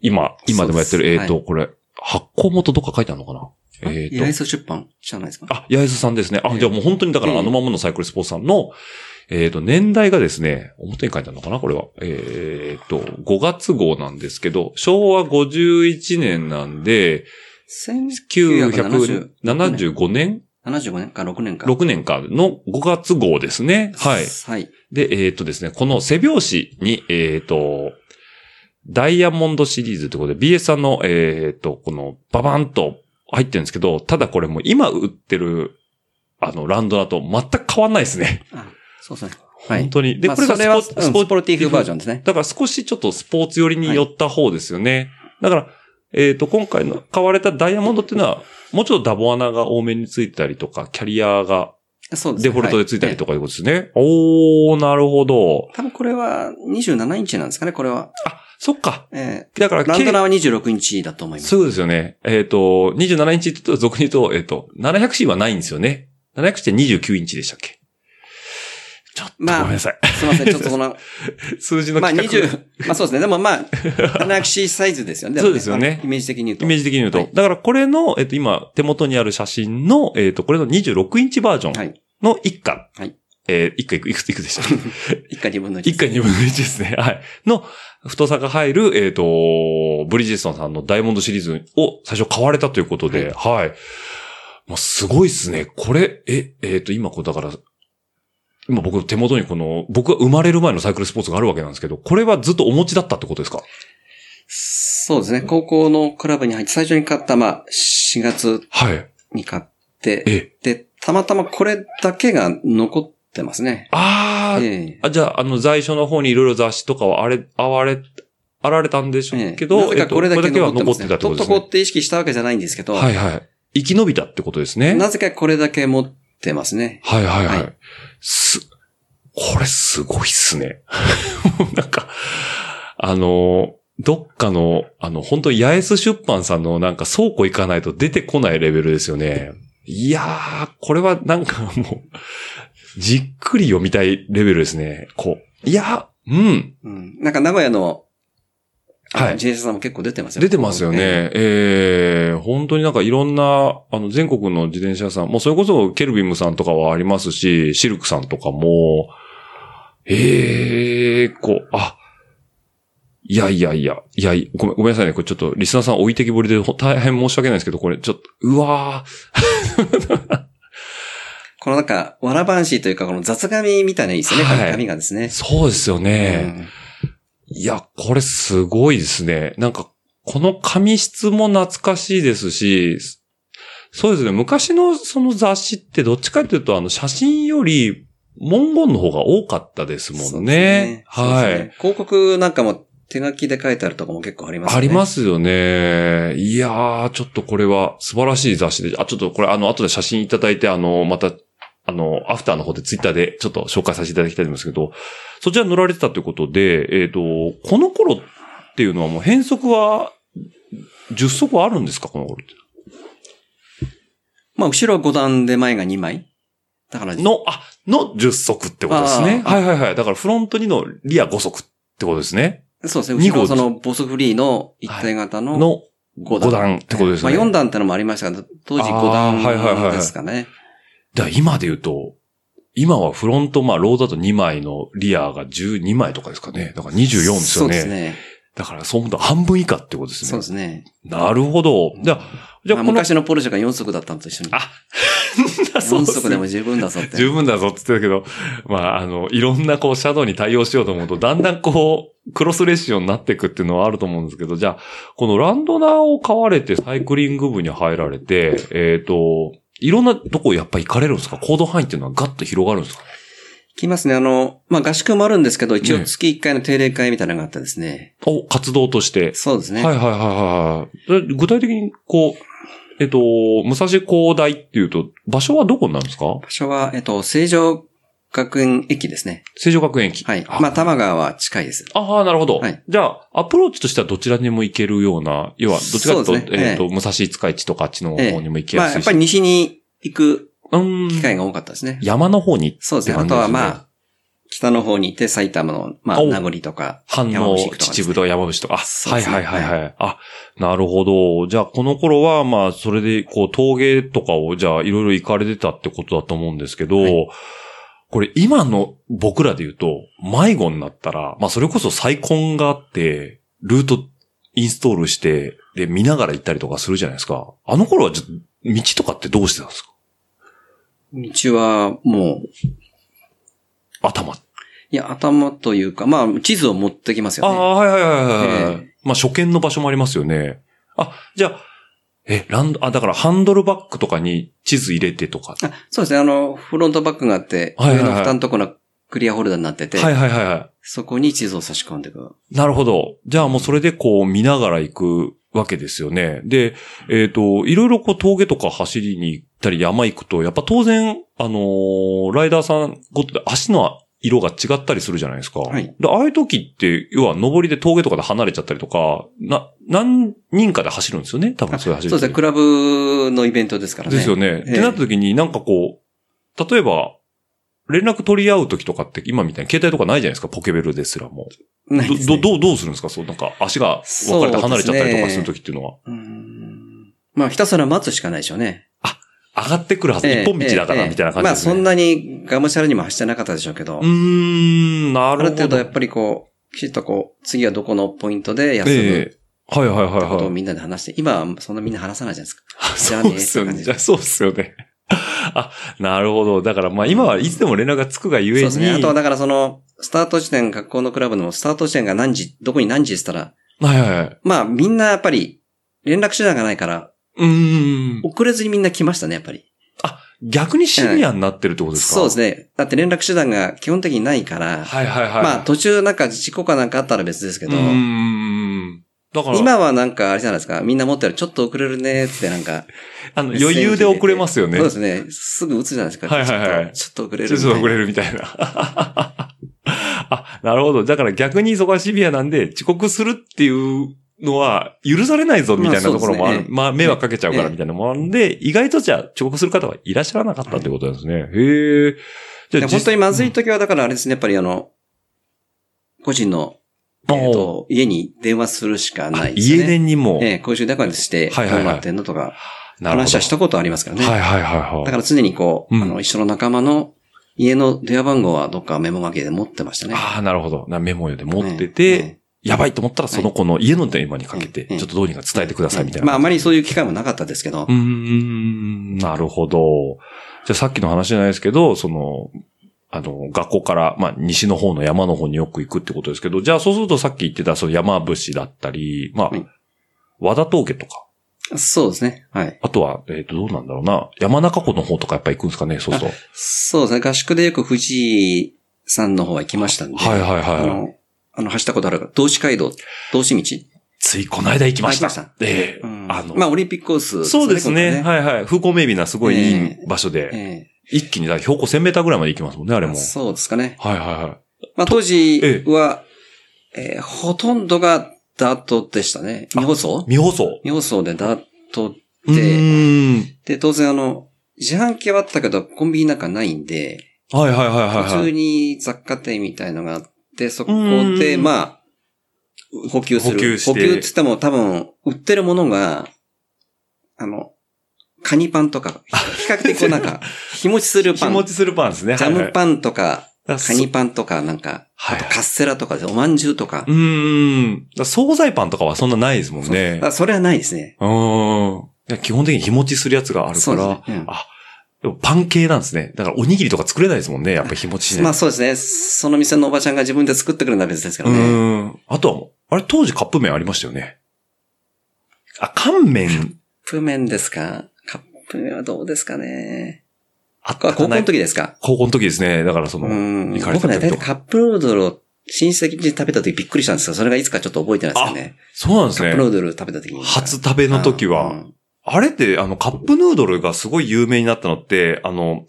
B: 今、今でもやってる、
C: そう
B: え
C: で
B: っ
C: す、
B: と、これ、発行元どっか書いてあるのかなえっ、
C: イライ
B: と、
C: ス出版じゃないですか。
B: あ、八重洲さんですね。あ、
C: ええ
B: じゃあもう本当にだか
C: ええ
B: らあのままのサイクルスポーツさんの、えっ、と、年代がですね、表に書いてあるのかなこれは。えっ、と、5月号なんですけど、昭和51年なんで、
C: 1975
B: 1975年
C: 年か6年か。
B: ?6 年かの5月号ですね。はい。
C: はい。
B: で、えっ、とですね、この背表紙に、えっ、と、ダイヤモンドシリーズってことで、BS さんの、えっ、と、この、ババンと入ってるんですけど、ただこれもう今売ってる、あの、ランドだと全く変わんないですね。
C: あそうですね。はい。
B: 本当に。で、
C: まあ
B: これが
C: それは、うん
B: ス
C: ス
B: ポスポ
C: ポルティー風バージョンですね。
B: だから少しちょっとスポーツ寄りに寄った方ですよね。だから、えっ、と、今回の買われたダイヤモンドっていうのは、もうちょっとダボ穴が多めについてたりとか、キャリアが
C: そうです
B: デ
C: ね。
B: フォルトでついたり
C: か。
B: とかいうことですね。おー、なるほど。
C: 多分これは27インチなんですかね、これは。
B: そっか。
C: え
B: だから、
C: ー、ランドナー
B: 計
C: は26インチだと思います。
B: そうですよね。えっ、と、27インチって言うと、俗に言うと、えっ、と、700C はないんですよね。700C って29インチでしたっけちょっとごめ
C: ま
B: ん
C: あ
B: なさい。
C: すいません、ちょっとその、
B: 数字の
C: まあ
B: 規格、
C: 20、まあそうですね。で もまあ、7X サイズですよね。も
B: そうですよね
C: イメージ的に言うと。
B: イメージ的に言うと。
C: はい
B: だからこれの、えっと、今、手元にある写真の、えっと、これの26インチバージョ
C: は
B: ン
C: い。
B: の一家。
C: はい
B: えー一家いく、いくつ、いくつでした
C: 一回二分の一。
B: 一家二分の一ですね。はい。の、太さが入る、えっ、と、ブリヂストンさんのダイヤモンドシリーズを最初買われたということで、はい。もうすごいっすね。これ、え、えっ、と、今こう、だから、今僕の手元にこの、僕が生まれる前のサイクルスポーツがあるわけなんですけど、これはずっとお持ちだったってことですか
C: そうですね。高校のクラブに入って、最初に買った、まあ、4月
B: はい。
C: に買っ
B: え
C: て、
B: え。
C: で、たまたまこれだけが残ってますね。
B: あー、
C: ええ
B: あ、じゃあ、あの、在所の方にいろいろ雑誌とかはあれ、あわれ、あられたんでしょ
C: ええ
B: うけど、
C: なぜ
B: えっ
C: か
B: と
C: これだけ残ってま
B: こ
C: す
B: れだ
C: ね。
B: けは残ってたってこと
C: 取っ
B: で
C: と
B: す
C: こう
B: ね
C: っ。て意識したわけじゃないんですけど、
B: はいはい。生き延びたってことですね。
C: なぜかこれだけ持ってますね。
B: はいはいは。
C: はい
B: す、これすごいっすね。 なんか、あの、どっかの、あの、本当八重洲出版さんのなんか倉庫行かないと出てこないレベルですよね。いやー、これはなんかもう、じっくり読みたいレベルですね。こう。いやー、うん。
C: うん。なんか名古屋の、
B: はい
C: 自転車さんも結構出てますよね。
B: 出てますよね。
C: え
B: ええ本当になんかいろんな、あの、全国の自転車屋さん、もうそれこそケルビムさんとかはありますし、シルクさんとかも、ええこう、あ、いやいやいや、いやい、ごめんごめんなさいね。これちょっと、リスナーさん置いてきぼりで、ほ大変申し訳ないですけど、これちょっと、うわ
C: このなんか、わらばんしというか、この雑紙みたいないいですよね、
B: はい
C: 紙がです
B: ー、
C: ね。
B: そうですよね。
C: うん
B: いや、これすごいですね。なんか、この紙質も懐かしいですし、そうですね。昔のその雑誌ってどっちかというと、あの、写真より文言の方が多かったです
C: そ
B: も
C: うんです
B: ね。
C: そう
B: は
C: です
B: い
C: ね。広告なんかも手書きで書いてあるとかも結構ありますよね。
B: ありますよね。いやー、ちょっとこれは素晴らしい雑誌で、あ、ちょっとこれあの、後で写真いただいて、あの、また、あの、アフターの方でツイッターでちょっと紹介させていただきたいんですけど、そちらに乗られてたということで、えっ、と、この頃っていうのはもう変則は、10足はあるんですかこの頃って。
C: まあ、後ろ5段で前が2枚。だから、
B: の、あ、の10足ってことですね。
C: あー
B: はいはいはい。だからフロント2のリア5足ってことですね。
C: そうですね。
B: 二
C: 後ろ
B: 号
C: のそのボスフリーの一体型の
B: の
C: 5段。
B: 5段ってことですね。
C: まあ4段ってのもありましたが、当時
B: あー
C: 5
B: はいはいはい
C: 段ですかね。
B: だから今で言うと、今はフロント、まあ、ロードだと2枚のリアが12枚とかですかね。だから24ですよね。
C: そうですね。
B: だから、そう思うと半分以下ってことですね。
C: そうですね。
B: なるほど。じゃあ、じゃ
C: ま
B: あ、
C: あ
B: この、
C: 昔のポルシェが4足だったのと一緒に。
B: あそうっ
C: 4
B: すね
C: 足でも十分だぞって。
B: 十分だぞって言ってたけど、まあ、あの、いろんなこう、シャドウに対応しようと思うと、だんだんこう、クロスレシオになっていくっていうのはあると思うんですけど、じゃあ、このランドナーを買われて、サイクリング部に入られて、えっ、と、いろんなとこやっぱ行かれるんですか行動範囲っていうのはガッと広がるんですかね
C: 聞きますね。あの、まあ合宿もあるんですけど、一応
B: ね
C: 月1回の定例会みたいなのがあってですね。
B: お、活動として。
C: そうですね。
B: はいはいはいはいで。具体的に、こう、えっと、武蔵高大っていうと、場所はどこになるんですか
C: 場所は、えっと、成城学園駅ですね。
B: 成城学園駅。
C: はい。
B: あ、
C: まあ、多摩川は近いです。
B: ああ、なるほど。
C: はい
B: じゃあ、アプローチとしてはどちらにも行けるような、要は、どっちかと
C: そう
B: いう
C: です
B: と、
C: ね
B: えっと、武蔵塚市とかあっちの方にも行き
C: ま
B: や
C: あ、
B: す
C: や
B: い
C: っ
B: し。
C: ぱり西に行く
B: うん。
C: 機会が多かったですね。
B: 山の方に、
C: そうですね。
B: って
C: あ
B: 感
C: と
B: じです
C: は
B: ね
C: まあ、北の方に行って埼玉の、まあ、
B: お
C: 名残とか、
B: 反
C: 山
B: 応
C: 伏とか、ですね
B: 秩父と山伏とか。あ、
C: そう
B: は
C: で
B: い
C: すね
B: はいはいはい。あ、なるほど。じゃあ、この頃は、まあ、それで、こう、陶芸とかを、じゃあ、いろいろ行かれてたってことだと思うんですけど、
C: はい
B: これ、今の僕らで言うと、迷子になったら、まあ、それこそ再婚があって、ルートインストールして、で、見ながら行ったりとかするじゃないですか。あの頃は、ちょっと、道とかってどうしてたんですか
C: 道はもう、
B: 頭。
C: いや、頭というか、まあ、地図を持ってきます
B: あ
C: よね。
B: あ、はいはいはいはいはい。
C: え
B: まあ、初見の場所もありますよね。あ、じゃあ、え、ランド、あ、だからハンドルバッグとかに地図入れてとか。
C: あそうですね。あの、フロントバックがあって、
B: はいはいはい
C: 上の蓋のところがクリアホルダーになってて、
B: はいはいはいは
C: そこに地図を差し込んでいく。
B: い。なるほど。じゃあもうそれでこう見ながら行くわけですよね。で、えっ、と、いろいろこう峠とか走りに行ったり山行くと、やっぱ当然、あのーライダーさんごとで足の色が違ったりするじゃないですか。
C: はい
B: で、ああいう時って、要は上りで峠とかで離れちゃったりとか、な、何人かで走るんですよね多分
C: あ
B: そう
C: そ
B: いう
C: う
B: 走り
C: ですね。クラブのイベントですからね。
B: ですよね。っ
C: ええ
B: てなった時に、なんかこう、例えば、連絡取り合う時とかって、今みたいに携帯とかないじゃないですか、ポケベルですらも。
C: ないですね
B: ど、ど、どうするんですかそう、なんか足が分かれて離れちゃったりとかする時っていうのは。
C: うーんまあ、ひたすら待つしかないでしょうね。
B: 上がってくるはず、
C: ええ
B: 一本道だか
C: え
B: ら、
C: え
B: みたいな感じ
C: まあ、
B: です、ね
C: そんなにがむしゃらにも走ってなかったでしょうけど、
B: うーん、な
C: あ
B: る
C: る
B: ほど。
C: 程度やっぱりこう、きちっとこう、次はどこのポイントで休むって
B: ええはいはいはい
C: こ
B: はい
C: とを。みんなで話して、今はそんなみんな話さないじゃないですか。じゃあ
B: そう
C: ね
B: っすよね。
C: って感じ
B: じゃあそうっすよね。 あ、なるほど。だからまあ今はいつでも連絡がつくがゆえ
C: そう
B: に。
C: ですね。あとはだからその、スタート地点、学校のクラブのスタート地点が何時、どこに何時って言ったら、
B: はいはいはい。
C: まあみんなやっぱり連絡手段がないから、
B: うーん。
C: 遅れずにみんな来ましたね、やっぱり。
B: 逆にシビアになってるってことですか、
C: そうですね。だって連絡手段が基本的にないから、
B: はいはいはい。
C: まあ途中なんか事故かなんかあったら別ですけど
B: う、ーん。だから、
C: 今はなんかあれじゃないですか、みんな持ってるちょっと遅れるねってなんか、
B: あの余裕で遅れますよね。
C: そうですね。すぐ打つじゃないですか。
B: はいはいはい
C: ちょっとちょっと遅れる
B: ちょ
C: ね。
B: っと遅れるみたいな。 あ、なるほど。だから逆にそこはシビアなんで、遅刻するっていうのは許されないぞみたいなところもある。まあ、迷惑かけちゃうからみたいなのもあるんで、意外とじゃあ遅刻する方はいらっしゃらなかったってことなんですね。へえ。じ
C: で本当にまずい
B: と、
C: 時はだからあれですね、やっぱりあの、個人の、えっ
B: も
C: と、家に電話するしか
B: う
C: ないですね。
B: 家電にも、
C: ええ、公衆電話にして、ど
B: は
C: う
B: いはいはい
C: なってんのとか、
B: なるほど
C: 話はしたことありますからね。
B: はいはいはいはい。
C: だから常にこう、
B: うん
C: あの、一緒の仲間の家の電話番号はどっかメモ書きで持ってましたね。
B: ああ、なるほど。なメモ用で持ってて、
C: ええ
B: やばいと思ったらその子の家の電話にかけて、
C: うん
B: ちょっとどうにか伝えてくださいみたい
C: まあ、あ
B: な。
C: まりそういう機会もなかったですけど
B: うー、ん、なるほど。じゃあさっきの話じゃないですけど、その、あの、学校から、まあ、西の方の山の方によく行くってことですけど、じゃあそうするとさっき言ってた、その山伏だったり、まあ
C: はい、
B: 和田峠とか、
C: そうですね。はい。
B: あとは、えっ、と、どうなんだろうな、山中湖の方とかやっぱ行くんですかね、そうそう。
C: そうですね。合宿でよく藤井さんの方は行きましたんで。
B: はいはい
C: あ
B: はい。
C: の、あの、走ったことあるから、道志街道、道志道。
B: ついこの間行きました。
C: あ行きました
B: ええ
C: うん
B: あの、
C: まあ、オリンピックコース、
B: そうですね。
C: こ
B: はいはい。風光明媚なすごいいい場所
C: こ
B: で、
C: ね
B: 一気にだ標高1000メーターぐらいまで行きますもんね、あ
C: え
B: れ
C: え
B: も。
C: そうですかね。
B: はいはいはい。
C: まあ、当時
B: え
C: は、えーほとんどがダートでしたね。
B: あ
C: 未放送
B: 未放送。
C: 未放送でダート
B: う
C: で、
B: ーん。
C: で、当然あの、自販機はあったけど、コンビニなんかないんで、
B: はいはいはい
C: 普
B: はいは
C: 通
B: い。
C: に雑貨店みたいのがあって、そこ
B: う
C: で、
B: ん
C: まあ、補給する。
B: 補給して
C: っつっても多分、売ってるものが、あの、カニパンとか、比較的こうな んか、日持ちする
B: 日
C: パン、
B: 持ちするパンですね。
C: ジャム
B: ン。
C: パンとか、
B: だ
C: カニパンとか、なんか、
B: はいはい
C: カッセラとかで、おまんじゅうとか
B: う、ーん。だ惣菜パンとかはそんなないですもんね。
C: あそれはないですね。
B: うーん。いや基本的に日持ちするやつがある
C: そ
B: か
C: う
B: ら、
C: ですねうん
B: あ、でもパン系なんですね。だからおにぎりとか作れないですもんね、やっぱ日持ちしないと。
C: まあそうですね。その店のおばちゃんが自分で作ってくるのは別ですけど
B: う
C: ね。
B: ーん。あとはもう、あれ当時カップ麺ありましたよね。あ、乾麺
C: カップ麺ですかカップ麺はどうですかね。
B: あっ
C: こ
B: た
C: れ
B: か
C: 高校
B: な
C: の
B: い
C: 時ですか
B: 高校の時ですね。だからその、
C: うん。
B: 行かれた
C: 僕ね、
B: 時
C: 大
B: と
C: 体
B: か。
C: カップヌードルを親戚に食べた時びっくりしたんですよ。それがいつかちょっと覚えてないですよね。
B: そうなんです
C: カップヌー
B: ね。
C: ドル食べた時に。
B: 初食べの時は、
C: うん
B: あれって、あの、カップヌードルがすごい有名になったのって、あの、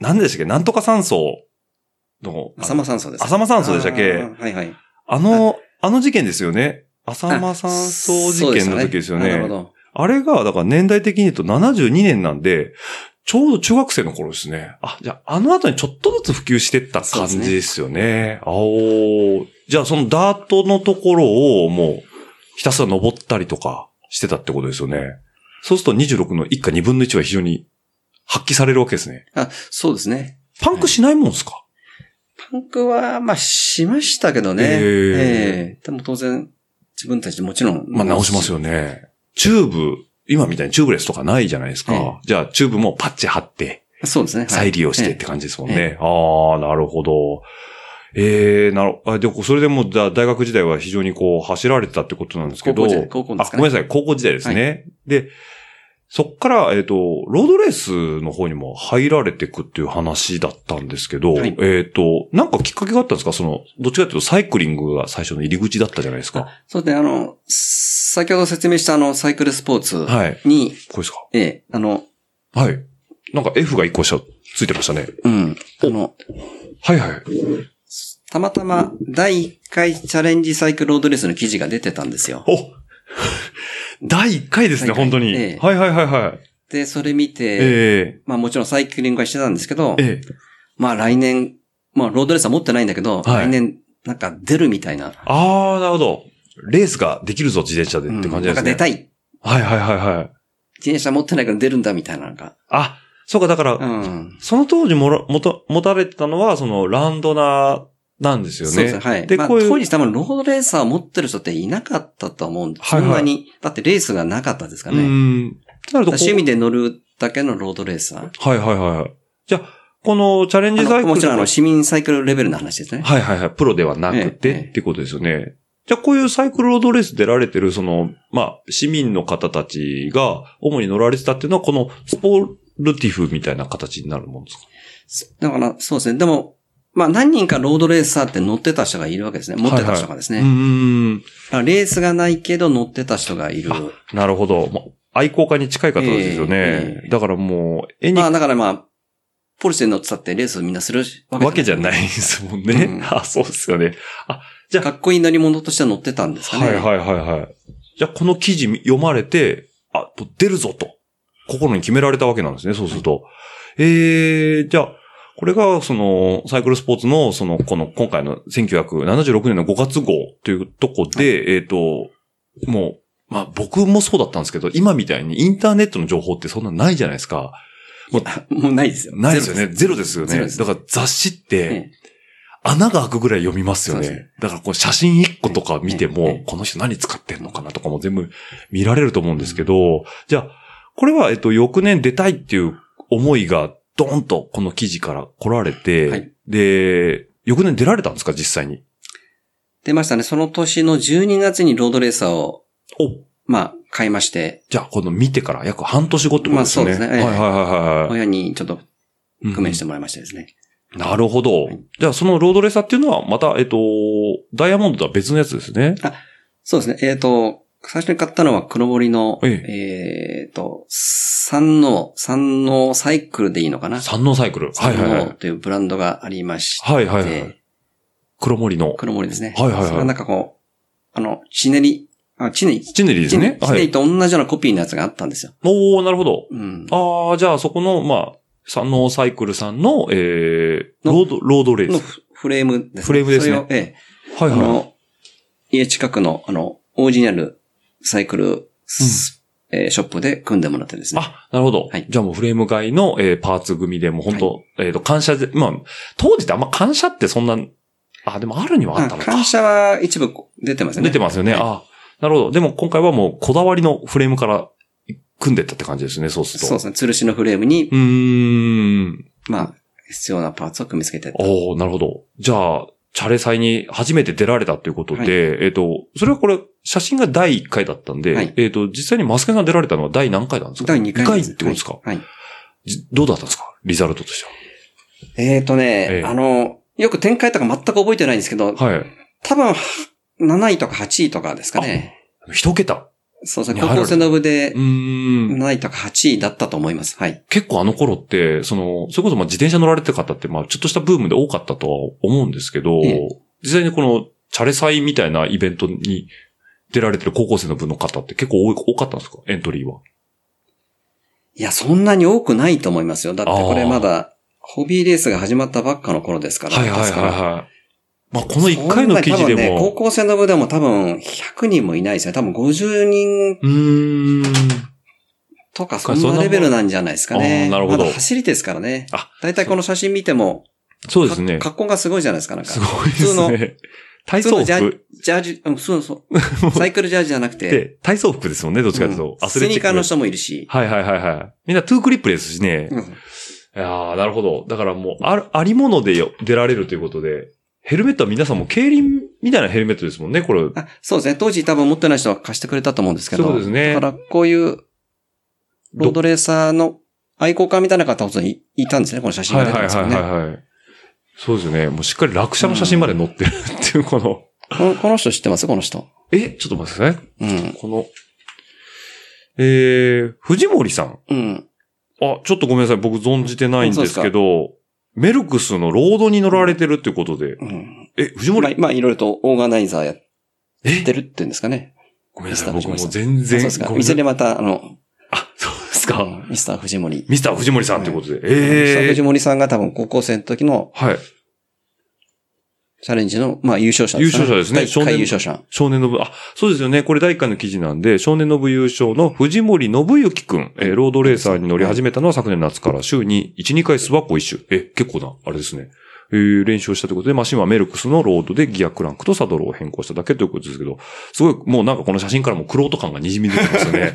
B: 何でしたっけなんとか酸素の、あの
C: 浅間山荘です。
B: 浅間山荘でしたっけ
C: あーはいはい。
B: あの、あの事件ですよね。浅間山荘事件の時ですよ
C: あな
B: ね。
C: るほ
B: あ
C: ど。
B: れが、だから年代的に言うと72年なんで、ちょうど中学生の頃ですね。あ、じゃあ、あの後にちょっとずつ普及してった感じですよね。あおじゃあ、そのダートのところをもう、ひたすら登ったりとかしてたってことですよね。そうすると26の1か2分の1は非常に発揮されるわけですね。
C: あ、そうですね。
B: パンクしないもんですか、
C: パンクは、まあ、しましたけどね。
B: ええ
C: えでも当然、自分たちでもちろん。
B: まあ直しますよね。チューブ、今みたいにチューブレスとかないじゃないですか。
C: ええ
B: じゃあチューブもパッチ貼って、
C: そうですね。はい
B: 再利用してっ
C: え
B: て
C: え
B: 感じですもん
C: え
B: ね。ああ、なるほど。ええなるあ、でも、それでも、だ大学時代は非常にこう、走られてたってことなんですけど。
C: 高校時代高校ですか
B: あ、
C: ね
B: ごめんなさい、高校時代ですね。で、そっから、えっ、と、ロードレースの方にも入られてくっていう話だったんですけど、
C: はい
B: えっ、と、なんかきっかけがあったんですかその、どっちかというとサイクリングが最初の入り口だったじゃないですか。
C: そうですね、あの、先ほど説明したあの、サイクルスポーツ
B: はい。
C: に、
B: これですか
C: ええあの、
B: はい。なんか F が1個しかついてましたね。
C: うん、あの、
B: はいはい。
C: たまたま第1回チャレンジサイクルロードレースの記事が出てたんですよ。
B: お第1回ですね、
C: 第
B: 本
C: 一回
B: 当に、
C: ええ
B: はいはいはいはい。
C: で、それ見
B: え
C: て、
B: え
C: まあもちろんサイクリングはしてたんですけど、
B: ええ
C: まあ来年、まあロードレースは持ってないんだけど、
B: はい
C: 来年なんか出るみたいな。
B: ああ、なるほど。レースができるぞ、自転車で
C: うん
B: って感じ
C: な
B: です
C: んか
B: ね。
C: 出たい。
B: はいはいはいはい。
C: 自転車持ってないから出るんだみたいななんか。
B: あ、そうか、だから、
C: うん。
B: その当時もら、もた、持たれてたのは、その、ランドナーなんですよね。
C: そうですね。はい。
B: で、
C: まあ、
B: こういう、
C: 当時多分ロードレーサーを持ってる人っていなかったと思うんです。
B: はいはい
C: そんなに。だってレースがなかったですか
B: う
C: らね。
B: ん。ってなるとこう
C: 趣味で乗るだけのロードレーサー。
B: はいはいはい。じゃあ、このチャレンジサ
C: あ
B: イク
C: の
B: ル
C: もちろんあ
B: とか
C: の市民サイクルレベルの話です ね。
B: はいはいはい。プロではなくて、
C: ええ
B: ってことですよね。じゃあこういうサイクルロードレース出られてる、その、まあ、市民の方たちが主に乗られてたっていうのは、このスポルティフみたいな形になるもんですか
C: だから、そうですね。でも、まあ何人かロードレーサーって乗ってた人がいるわけですね。持ってた人がですね。
B: うーん。
C: だからレースがないけど乗ってた人がいる。
B: なるほど。まあ、愛好家に近い方ですよね。
C: ええ
B: だからもう、絵に、
C: まあだからまあ、ポルシェに乗ってたってレースみんなする
B: わけじゃない
C: い。
B: ですもんね。
C: うん
B: あ、そうですよね。じゃあ
C: かっこいい乗り物として乗ってたんですか
B: は
C: ね。
B: いはいはいはい。じゃあこの記事読まれて、あ、出るぞと、心に決められたわけなんですね、そうすると。えー、じゃあ、これが、その、サイクルスポーツの、その、この、今回の1976年の5月号というとこで、えっ、と、もう、まあ僕もそうだったんですけど、今みたいにインターネットの情報ってそんなないじゃないですか。
C: もうないですよ。
B: ないですよね。ゼロですよ
C: ゼロ
B: ね。
C: です
B: だから雑誌って、
C: ええ
B: 穴が開くぐらい読みますよね。
C: そうです
B: だからこう写真1個とか見ても、
C: はいはい
B: この人何使ってんのかなとかも全部見られると思うんですけど、じゃあ、これは、えっと、翌年出たいっていう思いが、ドーンとこの記事から来られて、
C: はい
B: で、翌年出られたんですか、実際に。
C: 出ましたね。その年の12月にロードレーサーを、
B: お
C: まあ、買いまして、
B: じゃあ、この見てから約半年後ってことですよね。
C: まあそうですねええ
B: はいはいはいはい。
C: 親にちょっと
B: 工
C: 工面してもらいましてですね。
B: なるほど
C: はい。
B: じゃあ、そのロードレーサーっていうのは、また、えっと、ダイヤモンドとは別のやつですね。
C: そうですね。えっ、と、最初に買ったのは黒森の、
B: え
C: えっ、と、三能、三能サイクルでいいのかな
B: 三能サイクル。はいはいは
C: 三能
B: い。
C: というブランドがありまして、
B: はいはいはい。黒森の。
C: 黒森ですね。
B: はいはいはい
C: それがなんかこう、あの、チネリ、あ、チネリ、
B: チネリーです
C: チネ
B: ね
C: リ。チ
B: は
C: ネリ
B: い。
C: と同じようなコピーのやつがあったんですよ。
B: おー、なるほど。
C: うん。
B: ああ、じゃあ、そこの、まあ、三能サイクルさんの、えー、
C: の
B: ロード、ロードレー
C: の
B: ス。
C: フフレームですね。
B: フレームですね
C: それをええ、
B: はいは
C: あの、家近くの、あの、オージニアルサイクルス、えーショップで組んでもらってです
B: い。
C: ね。
B: あ、なるほど
C: はい。
B: じゃあもうフレーム外の、えーパーツ組でも本当、えっと、感謝で、まあ、当時ってあんま感謝ってそんな、あ、でもあるにはあったのか。
C: 感謝は一部出てますよね。
B: 出てますよね。
C: はい
B: あなるほど。でも今回はもうこだわりのフレームから組んでったって感じですね、そうすると。
C: そうですね。吊るしのフレームに、
B: うーん。
C: まあ、必要なパーツを組み付けてった
B: おおなるほど。じゃあ、チャレ祭に初めて出られたということで、
C: はい
B: えっ、と、それはこれ、写真が第1回だったんで、
C: はい
B: えっ、と、実際にマスケさん出られたのは第何回なんですか
C: 第2回
B: 二
C: です
B: ってことですか、
C: はい。はい
B: じどうだったんですかリザルトとして
C: えっと
B: ええ
C: ね、あの、よく展開とか全く覚えてないんですけ
B: は。
C: ど、
B: はい。
C: 多分、は7位とか8位とかですかね。
B: 一桁。
C: そうですね。
B: いや
C: 高校生の部で
B: う、ーん。
C: 7位とか8位だったと思います。はい。
B: 結構あの頃って、その、それこそまあ自転車乗られてる方って、まあちょっとしたブームで多かったとは思うんですけど、
C: ええ
B: 実際にこのチャレ祭みたいなイベントに出られてる高校生の分の方って結構多い多かったんですかエントリーは。
C: いや、そんなに多くないと思いますよ。だってこ
B: あ
C: れ
B: ー
C: まだ、ホビーレースが始まったばっかの頃ですから。
B: はいはいはい
C: ですから
B: はい。まあこの1回の記事で
C: そんなに多分ね高
B: も、
C: 校生の部でも多分100人もいないですよ。多分50人
B: うーん。
C: とかそんなレベルなんじゃないですかね。
B: あーなるほど
C: まだ走りですからね。
B: あ
C: だいたいこの写真見ても、
B: そうですね
C: か。格好がすごいじゃないですか、なんか。
B: すごいです
C: 普
B: ね。体
C: 普通
B: 操
C: のジャ
B: 服
C: ジャージ、うん、そ うそう。サイクルジャージじゃなくて、
B: で体操服ですもんね、どっちかというと。
C: うんスニーカーの人もいるし。
B: はいはいはいはい。みんなトゥークリップですしね。
C: うん
B: いやー、なるほど。だからもう、ある、ありものでよ出られるということで、ヘルメットは皆さんも競輪みたいなヘルメットですもんね、これ。
C: あそうですね。当時多分持ってない人は貸してくれたと思うんですけど。
B: そうですね
C: だからこういう、ロードレーサーの愛好家みたいな方もいいたんですね、この写真
B: は
C: が
B: い
C: 出て
B: はいは
C: ますよ
B: い
C: ね。
B: はいはい。そうですね。もうしっかり落車の写真まで載ってるっていう、この。
C: このこの人知ってますこの人。
B: え、ちょっと待ってくださいね。
C: うん。
B: この。えー、藤森さん。
C: うん。
B: あ、ちょっとごめんなさい。僕存じてないんですけ
C: あそうで
B: ど、メルクスのロードに乗られてるっていうことで。
C: うん。
B: え、藤
C: まあ
B: 森、、
C: まあいろいろとオーガナイザーやっ
B: え
C: て、るっていうんですかね。
B: ごめんなさい。
C: ミス
B: 僕
C: ター
B: もう
C: 藤森さん
B: 全
C: そう
B: 然。
C: ですか。
B: ごめんな
C: い
B: さ
C: ず
B: い
C: れまた、あの、
B: あ、そうです
C: う
B: か。
C: んミスター藤森。
B: ミスター藤森さんってことで。
C: ミスター
B: え
C: 藤
B: え。
C: 森さんが多分高校生の時の
B: はい。
C: チャレンジの、まあ優勝者
B: 優勝者ですね
C: 第一
B: 少年
C: 回優勝者。
B: 少年の部、あ、そうですよね。これ第1回の記事なんで、少年の部優勝の藤森信之くん、えーロードレーサーに乗り始めたのは昨年夏から週に1、2回スワッコ一周。え、結構な、あれですね。えー練習をしたということで、マシンはメルクスのロードでギアクランクとサドルを変更しただけということですけど、すごい、もうなんかこの写真からもクロート感が滲み出てますよ ね。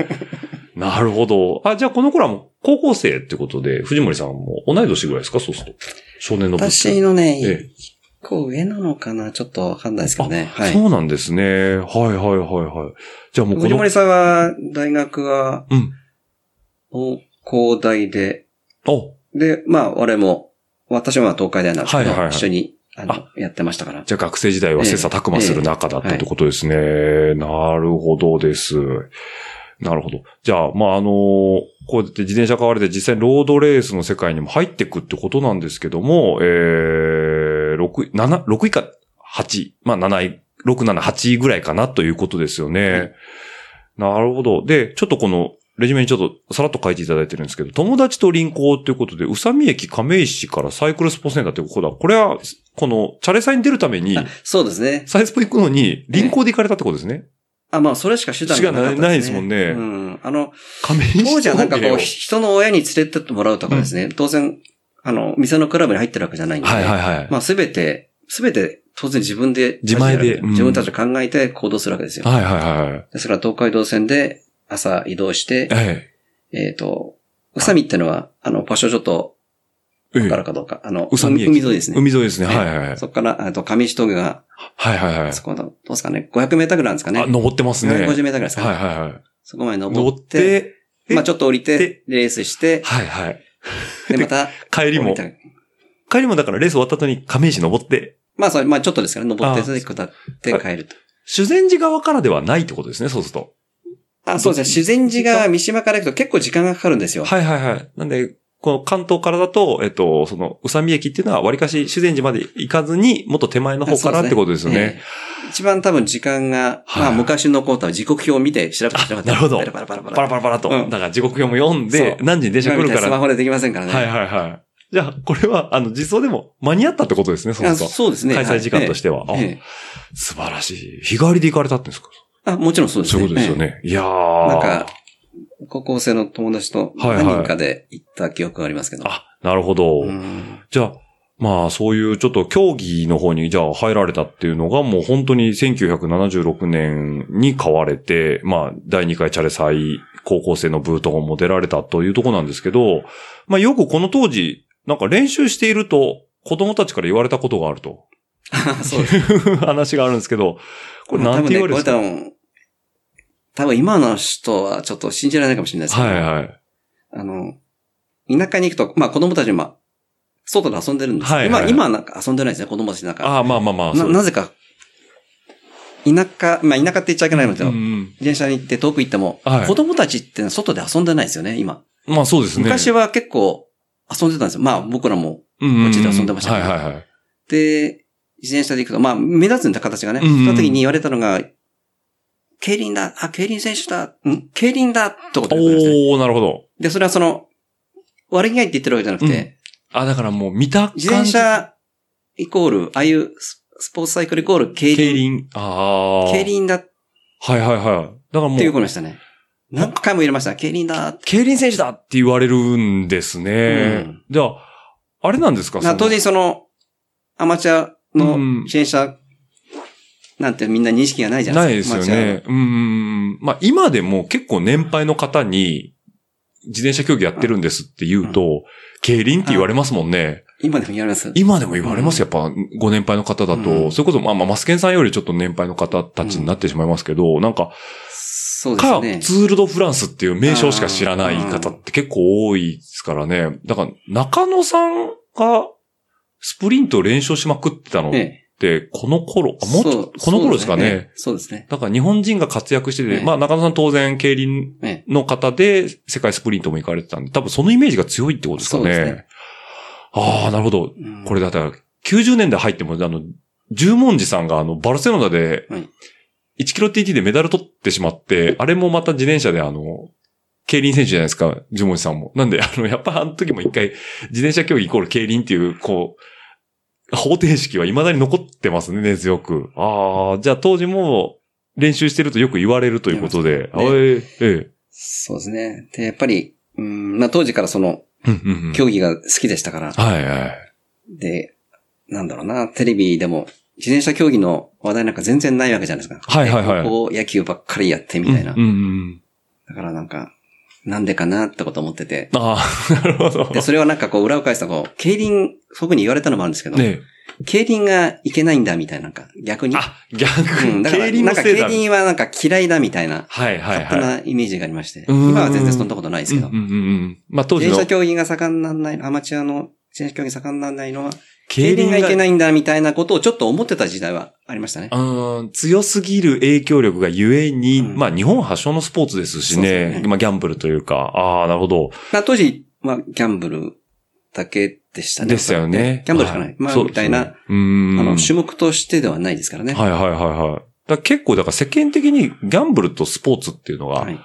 B: なるほど。あ、じゃあこの頃はもう高校生ってことで、藤森さんも同い年ぐらいですかそうすると。少年の部って。
C: 私のね、
B: ええ
C: 一個上なのかなちょっとわかんないですけどね。はい。
B: そうなんですね。はいはいはいはい。じゃあもうこ
C: 藤
B: の。
C: 森さんは、大学は、
B: うん。
C: 東工大で、
B: お、
C: で、まあ、俺も、私はまあ東海大なんですけど、
B: はいはいはい
C: 一緒に、あの、
B: あ
C: やってましたから。
B: じゃあ学生時代は切磋琢磨する仲だったってことですね。なるほどです。なるほど。じゃあ、まあ、あのこうやって自転車買われて実際にロードレースの世界にも入ってくってことなんですけども、えー、6、7、6以下、8、まあ、7位、6、7、8位ぐらいかなということですよね。
C: はい
B: なるほど。で、ちょっとこの、レジュメにちょっとさらっと書いていただいてるんですけど、友達と輪行ということで、宇佐美駅亀石からサイクルスポーツセンターということは、これは、この、チャレサイに出るために、
C: あそうですね。
B: サイスポ行くのに、輪行で行かれたってことですね。
C: あ、まあ、それしか手段がなかったです
B: しか
C: ね。
B: ないないですもんね
C: うん。あの、
B: 亀石
C: 当時はなんかこう、
B: はい
C: 人の親に連れてってもらうとかですね、当然、あの、店のクラブに入ってるわけじゃないんで、
B: はいはい。
C: まあ、すべて、すべて当然自分で、
B: 自前でうん
C: 自分たちで考えて行動するわけですよ。
B: はいはいはい。
C: ですから東海道線で朝移動して、
B: え
C: えっ、と、宇佐美ってのは、あの、場所ちょっと
B: え。え
C: わか
B: え
C: るかどうか、あの、
B: 宇佐美駅
C: 海沿いですね。
B: 海沿いですね。はいはいはい。
C: そこから、あと、上石峠が、
B: はいはいはい。
C: そこの、どうですかね、500メーターぐらいなんですかね。
B: あ、登ってますね。
C: 450メーターぐらいですか、
B: はいはいはい。
C: そこまで登
B: 登っ
C: っ、
B: てて、て
C: まあちょっと降りて、レースして、
B: はいはい。
C: で、また、
B: 帰り
C: 降
B: も
C: り、た
B: 帰りもだからレース終わった後に亀石登って、
C: まあ、それ、まあ、ちょっとですから、登って、
B: あ
C: それで下って帰ると。
B: 修善寺側からではないってことですね、そうすると。
C: あ、そうですね。自然寺が三島から行くと結構時間がかかるんですよ。
B: はいはいはい。なんで、この関東からだと、えっと、その、宇佐美駅っていうのは、わりかし修善寺まで行かずに、もっと手前の方からってことですよね。
C: ええ。一番多分時間が、
B: はい
C: まあ、昔のコートは時刻表を見て調べてしま
B: あなるほど
C: パラパラパラパ
B: パラ
C: ラ。
B: パラパラと。
C: うん
B: だから、時刻表も読んで、
C: そう
B: 何時に電車来
C: 今み
B: る
C: た
B: か
C: いにス
B: ら。
C: マホでできませんからね。
B: はいはいはい。じゃあ、これは、あの、実装でも間に合ったってことですね、そう
C: あ
B: する
C: そうです
B: と。
C: ね。
B: 開催時間としては。
C: は
B: あ
C: いええ
B: 素晴らしい。日帰りで行かれたんですか
C: あ、もちろんそうです
B: そう
C: ね。
B: いうことですよ
C: え
B: ね。いや
C: え。
B: ー。
C: なんか、高校生の友達と
B: はいは
C: 何
B: い
C: 人かで行った記憶がありますけど。
B: あ、なるほど。
C: うん
B: じゃあ、まあそういうちょっと競技の方にじゃあ入られたっていうのがもう本当に1976年に買われて、まあ第2回チャレ祭高校生のブートンも出られたというところなんですけど、まあよくこの当時、なんか練習していると子供たちから言われたことがあると
C: そうです。
B: 話があるんですけど、これなんて言われるんです
C: 多
B: か、
C: 分ねこれ多分多分今の人はちょっと信じられないかもしれないですけど。
B: はいはい。
C: あの、田舎に行くと、まあ子供たち今、外で遊んでるんですけど、
B: はいはいはい
C: 今、今はなんか遊んでないですね、子供たちなんか。
B: ああ、まあまあまあ。
C: な
B: そう
C: なぜか、田舎、まあ田舎って言っちゃいけないので、
B: うんうん
C: 電車に行って遠く行っても、
B: はい
C: 子供たちってのは外で遊んでないですよね、今。
B: まあそうですね。
C: 昔
B: は、
C: は結構遊んでたんですよ。まあ僕らも。
B: こ
C: こっちで遊んでました
B: は
C: け
B: い
C: ど
B: はいはい。
C: で、自転車で行くと、まあ目立つんだ形がね。
B: うんうん
C: その時に言われたのが、競輪だ、あ、競輪選手だ、ん競輪だってことでございますね。
B: おー、なるほど。
C: で、それはその、悪気ないって言ってるわけじゃなくて、
B: うんあ、だからもう見た感じ。
C: 自転車イコール、ああいうススポーツサイクルイコール競
B: 競
C: 輪。
B: 輪。ああ。
C: 競。輪だって
B: はいはいはい。だからも
C: いうこ
B: う、
C: とでしたね。何回も入れました。競輪だって。
B: 競輪選手だって言われるんですね。
C: うん
B: じゃあ、あれなんですか
C: な当
B: に
C: 時その、アマチュアの
B: うん
C: 自転車なんてみんな認識がないじゃな
B: ないい
C: で
B: ですす
C: か。
B: よね。うんうんうん。まあ今でも結構年配の方に、自転車競技やってるんですって言うと、競輪って言われますもんね。
C: アマチュア。今でもやります。
B: 今でも言われますよ。やっぱ、ご年配の方だと、
C: うん
B: それこそ、まあまあ、マスケンさんよりちょっと年配の方たちになってしまいますけど、なんか、
C: そうで
B: か、
C: すね。
B: ツールドフランスっていう名称しか知らない方って結構多いですからね。だから、中野さんがスプリントを練習しまくってたのっ
C: え
B: て、この頃、あ
C: え
B: もうちょ
C: そう
B: この頃ですかね。
C: そうですね。
B: だから日本人が活躍してて、
C: ええ
B: まあ中野さん当然競輪
C: ええ
B: の方で世界スプリントも行かれてたんで、多分そのイメージが強いってことですか
C: そうで
B: ね。
C: すね
B: ああ、なるほど。
C: うん
B: これだから、90年代入っても、あの、十文字さんがあの、バルセロナで
C: はい、
B: 1キロ TT でメダル取ってしまって、あれもまた自転車であの、競輪選手じゃないですか、十文字さんも。なんで、あの、やっぱあの時も一回、自転車競技イコール競輪っていう、こう、方程式は未だに残ってますね、根強く。ああ、じゃあ当時も練習してるとよく言われるということで。あ
C: 言
B: え
C: わ
B: ええ
C: そうですね。で、やっぱり、うん、まあ当時からその、
B: え。うんうんうん
C: 競技が好きでしたから、
B: はいはい。
C: で、なんだろうな、テレビでも、自転車競技の話題なんか全然ないわけじゃないですか。
B: はいはいはい
C: で高校野球ばっかりやってみたいな。
B: うんうんうん。
C: だからなんか、なんでかなってこと思ってて。
B: ああ、 なるほど。
C: で、それはなんかこう裏を返すとこう、競輪、特に言われたのもあるんですけど、
B: ねえ
C: 競輪がいけないんだみたいな、なんか逆に。
B: あ、逆
C: うん、
B: に、
C: だから
B: 競輪
C: な
B: の
C: んか
B: せい
C: 競
B: だ。はい
C: 輪はなんか嫌いだみたいな、
B: はいはい。
C: 勝手なイメージがありまして、
B: うーん
C: 今は全然そんなことないですけど、
B: うんうんうん。まあ当時
C: 自
B: の
C: 転車競技が盛んなんない、アマチュアの自転車競技盛んなんないのは、
B: 競
C: 競輪がいけ
B: い。
C: ないんだみたいなことをちょっと思ってた時代はありましたね。
B: うん強すぎる影響力がゆえに、
C: うん
B: まあ日本発祥のスポーツですし
C: そうです
B: ね。
C: ね
B: まあギャンブルというか、ああ、なるほど。
C: まあ当時、まあギャンブルだけでしたね。
B: ですよね。
C: ギャンブルしかない。
B: は
C: まあ
B: そう
C: み
B: です
C: た
B: ね
C: いな、
B: うん。
C: あの、種目としてではないですからね。
B: はいはいはいはい。だから結構、だから世間的にギャンブルとスポーツっていうのが、
C: はい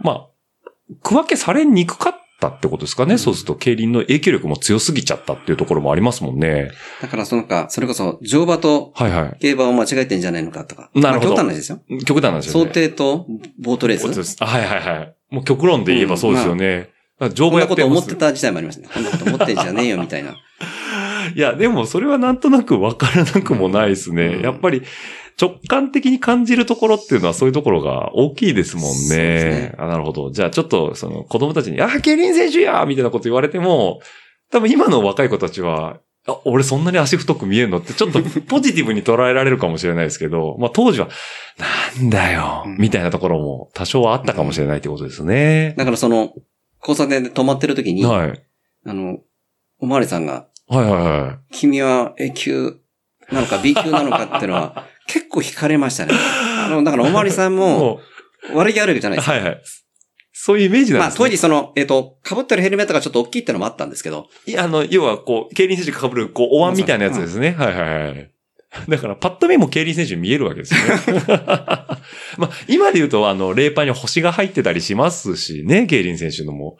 B: まあ、区分けされにくかったってことですかね。
C: うん
B: そうすると競輪の影響力も強すぎちゃったっていうところもありますもんね。
C: だからそのか、それこそ乗馬と
B: はいは
C: 競馬を間違えてんじゃないのかとか。
B: なるほど
C: まあ極端な話ですよ。
B: い。極端なんですよね。
C: 想定とボートレー
B: そうで
C: ス。
B: す。あはいはいはい。もう極論で言えばそうですよね。だから乗
C: こん
B: 馬や
C: な
B: って
C: こと
B: ま
C: 思
B: す
C: ってた時代もありましたね。こんなこと思ってんじゃねえよみたいな。
B: いや、でもそれはなんとなくわからなくもないですね。やっぱり直感的に感じるところっていうのはそういうところが大きいですもん
C: そ
B: ね
C: うで。
B: あなるほど。じゃあちょっとその子供たちに、あ、競輪選手やみたいなこと言われても、多分今の若い子たちは、あ、俺そんなに足太く見えるのってちょっとポジティブに捉えられるかもしれないですけど、まあ当時は、なんだよ
C: うん、
B: みたいなところも多少はあったかもしれないってことですね。
C: だからその、交差点で止まってる時に、あ
B: はい。
C: の、おまわりさんが、
B: はいはいはい。
C: 君は A 級なのか B 級なのかっていう のは、結構惹かれましたね。あの、だからおまわりさんも、
B: も
C: 悪気あるわけじゃな
B: う
C: いです。
B: はいはい。そういうイメージなん
C: まあ
B: ですね。
C: 当時その、えっ、と、被ってるヘルメットがちょっと大きいってのもあったんですけど、
B: いや、あの、要は、こう、競輪選手が被る、こう、お椀みたいなやつですね。はいはいはい。だから、パッと見も競輪選手に見えるわけですよね。 まあ、今で言うと、あの、レーパーに星が入ってたりしますしね、競輪選手のも。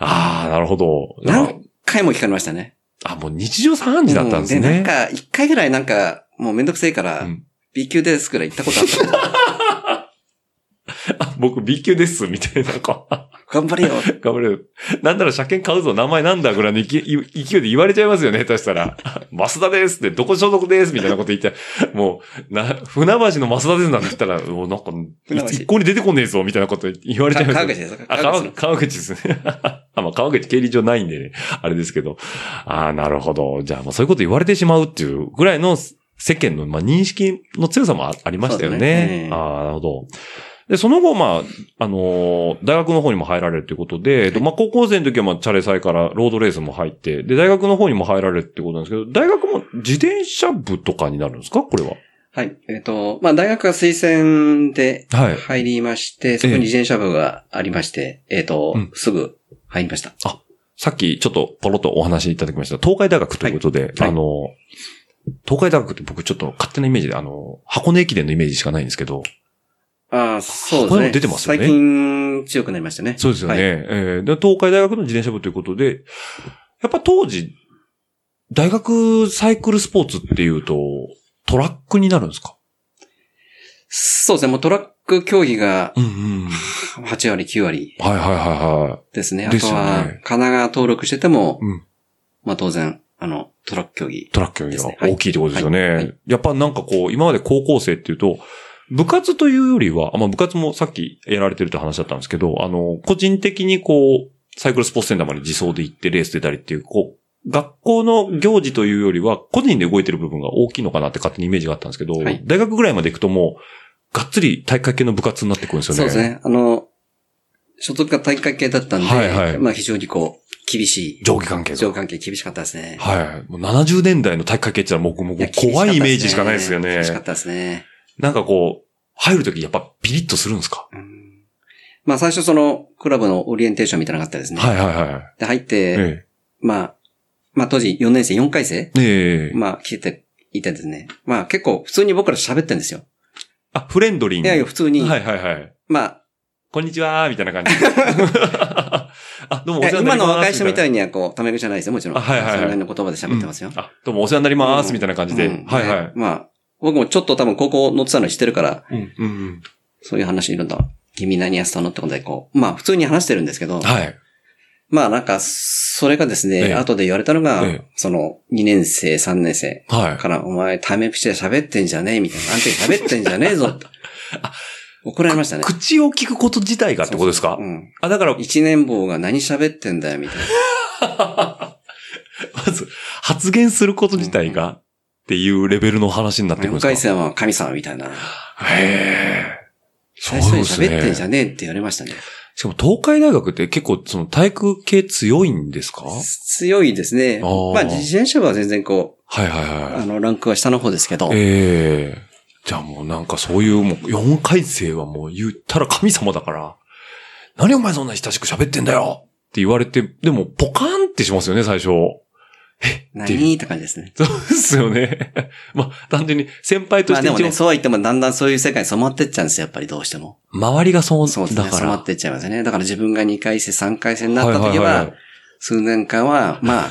B: ああ、なるほど。
C: 何回も聞かれましたね。
B: あ、もう日常茶飯事だったんです
C: うなん
B: ね。
C: か、一回ぐらいなんか、もうめんどくせえから、
B: うん
C: B 級ですくらい行ったことあった んですよ。
B: あ 僕 B 級です、みたいな。こう
C: 頑張れ よ。
B: 頑張れよ。なんなら車検買うぞ、名前なんだ、ぐらいの勢い勢いで言われちゃいますよね、下手したら。 増田ですって、どこ所属ですみたいなこと言って、もう、な、船橋の増田ですなんて言ったら、もうなんか、
C: 船橋
B: 一向に出てこねえぞ、みたいなこと言われちゃいます
C: 川
B: よね
C: 口。ですか
B: あ、川
C: 川口
B: 口、川口ですね。 あ、まあ、川口経理上ないんでね、あれですけど。ああ、なるほど。じゃあ、まあ、そういうこと言われてしまうっていうぐらいの世間の、まあ、認識の強さもあありましたよね。
C: そうですねええ
B: ああ、なるほど。で、その後、まあ、あのー大学の方にも入られるということで、えっとまあ、高校生の時は、まあ、チャレ祭からロードレースも入って、で、大学の方にも入られるってことなんですけど、大学も自転車部とかになるんですかこれは。
C: はい。えっ、と、まあ大学は推薦で
B: はい。
C: 入りまして、そこに自転車部がありまして、えっ、と、
B: うん
C: すぐ入りました。
B: さっきちょっとポロッとお話しいただきました、東海大学ということで、
C: はい
B: あの、東海大学って僕ちょっと勝手なイメージで、あの、箱根駅伝のイメージしかないんですけど、
C: ああ、そうで
B: こ
C: す
B: れ
C: ね。
B: も出てますよね
C: 最近強くなりましたね。
B: そうですよね。
C: はい
B: えーで東海大学の自転車部ということで、やっぱ当時、大学サイクルスポーツっていうと、トラックになるんですか
C: そうですね。もうトラック競技が
B: うんうん。
C: 8割、9割
B: はいはいはいはい。
C: ですね。あ
B: です
C: と
B: よね
C: は、神奈川登録してても、
B: うん
C: まあ当然、あの、トラック競技。
B: トラックより
C: です
B: は
C: ねはい
B: 大きいってことですよね。
C: はいはい
B: やっぱなんかこう、今まで高校生っていうと、部活というよりは、あまあ部活もさっきやられてるって話だったんですけど、あの、個人的にこう、サイクルスポーツセンターまで自走で行ってレース出たりっていう、こう、学校の行事というよりは、個人で動いてる部分が大きいのかなって勝手にイメージがあったんですけど、
C: はい
B: 大学ぐらいまで行くともう、がっつり大会系の部活になってくるんですよね。
C: そうです。ね。あの、所属が体育会系だったんで、
B: はいはい
C: まあ非常にこう、厳しい。
B: 上下関係
C: 上
B: と
C: 下関係厳しかったですね。
B: はい。もう70年代の大会系って言ったらもう、もう
C: や
B: 怖いイメージしかないですよね
C: 厳。しかったですね。
B: なんかこう、入るときやっぱピリッとするんですか
C: うんまあ最初その、クラブのオリエンテーションみたいなのがあったですね。
B: はいはいはい。
C: で、入って、
B: え
C: まあ、まあ当時4年生、4回生
B: え。ええ。
C: まあ来て、いてですね。まあ結構普通に僕ら喋ってるんですよ。
B: あ、フレンドリー
C: い
B: に。
C: やいや、普通に。
B: はいはいはい。
C: まあ、
B: こんにちはー、みたいな感じで。あ、どうもお
C: いや
B: 世話にな
C: 今
B: ります。
C: の若い人みた
B: い
C: いにはこう、タメ口じゃないですよ、もちろん。
B: あはいはいはい
C: それなりの言葉で喋ってますよ。
B: な。あ、どうもお世話になりまー
C: うん
B: す、みたいな感じで。
C: うん
B: はいは
C: で
B: い。
C: まあ、僕もちょっと多分高校乗ってたのにしてるから、
B: うん、うん、うん。
C: そういう話いるんだ。君何やってたのってことで、こう、まあ普通に話してるんですけど、
B: はい。
C: まあなんか、それがですね、
B: ええ
C: 後で言われたのが、
B: ええ
C: その、2年生、3年生
B: はい。
C: から、お前、タメ口で喋ってんじゃねえみたいな。あんた喋ってんじゃね えぞって。怒られましたね。
B: 口を聞くこと自体がってことですか
C: うん。
B: あ、だから、
C: 一年坊が何喋ってんだよ、みたいな。
B: まず、発言すること自体が、っていうレベルの話になってくるん
C: 4
B: で
C: 回
B: すか
C: 戦は神様みたいな。
B: へえ。
C: 最初に
B: そう
C: 喋って
B: です
C: んじ
B: ね。
C: ゃねえって言われましたね。
B: しかも東海大学って結構その体育系強いんですかは
C: 強いですね。
B: あー
C: まあ、自転車部は全然こう、
B: いはいはい。
C: あの、ランクは下の方ですけど、
B: ええじゃあもうなんかそういう、もう4回生はもう言ったら神様だから、何お前そんな親しく喋ってんだよって言われて、でもポカーンってしますよね、最初。っていう
C: 何って感じですね。
B: そうですよね。 まあ、単純に先輩と
C: ま
B: し
C: あ
B: て
C: で
B: 一応
C: も、ね、そうは言ってもだんだんそういう世界に染まってっちゃうんですよ、やっぱりどうしても。
B: 周りがそう
C: そうです
B: だ
C: ね。
B: か
C: 染まっ
B: ら。
C: てっちゃいますね。だから自分が2回戦、3回戦になった時は、
B: はいはいは
C: 数年間は、ま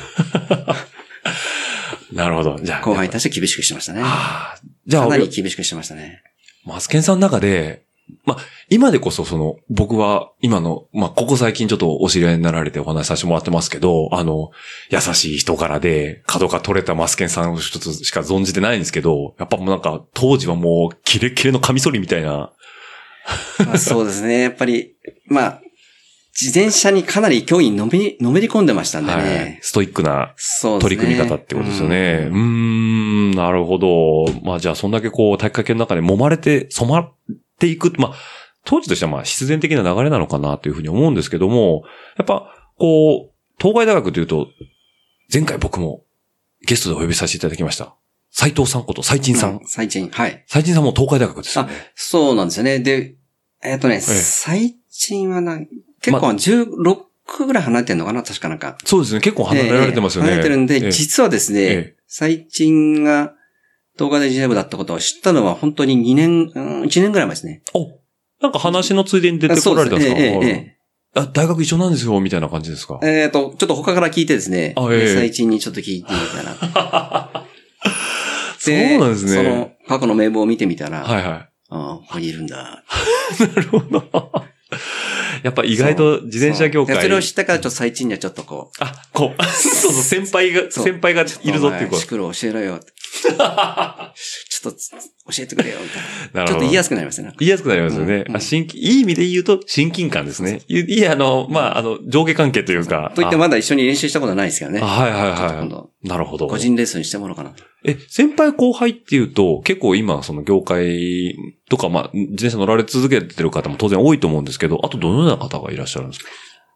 B: なるほど。じゃ
C: あ、
B: あ。
C: 後輩に対して厳しくしてましたね。
B: ああ。じゃ
C: か
B: あ
C: な、り厳しくしてましたね。
B: マスケンさんの中で、今でこそその、僕は今の、まあ、ここ最近ちょっとお知り合いになられてお話しさせてもらってますけど、あの、優しい人柄で、角が取れたマスケンさんを一つしか存じてないんですけど、やっぱもうなんか、当時はもう、キレッキレのカミソリみたいな。
C: まあそうですね。やっぱり、まあ、自転車にかなり勢いにのめり、のめり込んでましたんでね。
B: はい。ストイックな
C: そうです
B: 取
C: ね。
B: り組み方ってことですよね。う
C: う
B: ー
C: ん
B: ん、なるほど。まあじゃあそんだけこう、体育会系の中で揉まれて、染まっていく。まあ、当時としてはまあ必然的な流れなのかなというふうに思うんですけども、やっぱ、こう、東海大学というと、前回僕もゲストでお呼びさせていただきました。斎藤さんこと、斎陳さん
C: う。最近、はい。
B: 斎陳さんも東海大学ですよね。
C: そうなんですよね。で、えっ、とね、最近はな、結構16ぐらい離れてんのかな確かなんか。
B: そうですね。結構離れられてますよね。
C: ええ離れてるん
B: ええ
C: で、実はです
B: え
C: ね
B: え、
C: 最近が東海大時代部だったことを知ったのは本当に2年、うん1年ぐらい前ですね。
B: おなんか話のついでに出て
C: あ
B: こ
C: そう
B: られたんですか
C: ねええええ
B: はいあ、大学一緒なんですよ、みたいな感じですか
C: えええーと、ちょっと他から聞いてですね、
B: あええ
C: 最近にちょっと聞いてみたら。
B: そうなんですね。
C: その過去の名簿を見てみたら、
B: はいは
C: ああ、ここにいるんだ。
B: い。なるほど。やっぱ意外と自転車業
C: そう
B: 界。
C: でそれを知ったから、ちょっと最近にはちょっとこう、
B: あ、こう。 そうそう、先輩が、
C: そう
B: 先輩がいるぞっていう
C: お
B: こ
C: 前
B: と。
C: シクロ教えろよ。 ちょっとつ教えてくれよ。みたい
B: な
C: な
B: る
C: ち
B: ほ
C: ょ
B: ど。
C: っと言いや
B: す
C: すくなりましたね。
B: 言いやすくなりますよね。
C: うん
B: あ親近いい意味で言うと、親近感ですね。いいや、あの、まあ、あの、上下関係というか。
C: といって
B: あ
C: まだ一緒に練習したことはないですけどね
B: あ。はいはい
C: ちょっと今
B: は
C: 度
B: い。なるほど。
C: 個人レッスンしてもらおうかな。
B: え、先輩後輩っていうと、結構今、その業界とか、まあ、自転車乗られ続けてる方も当然多いと思うんですけど、あとどのような方がいらっしゃるんですか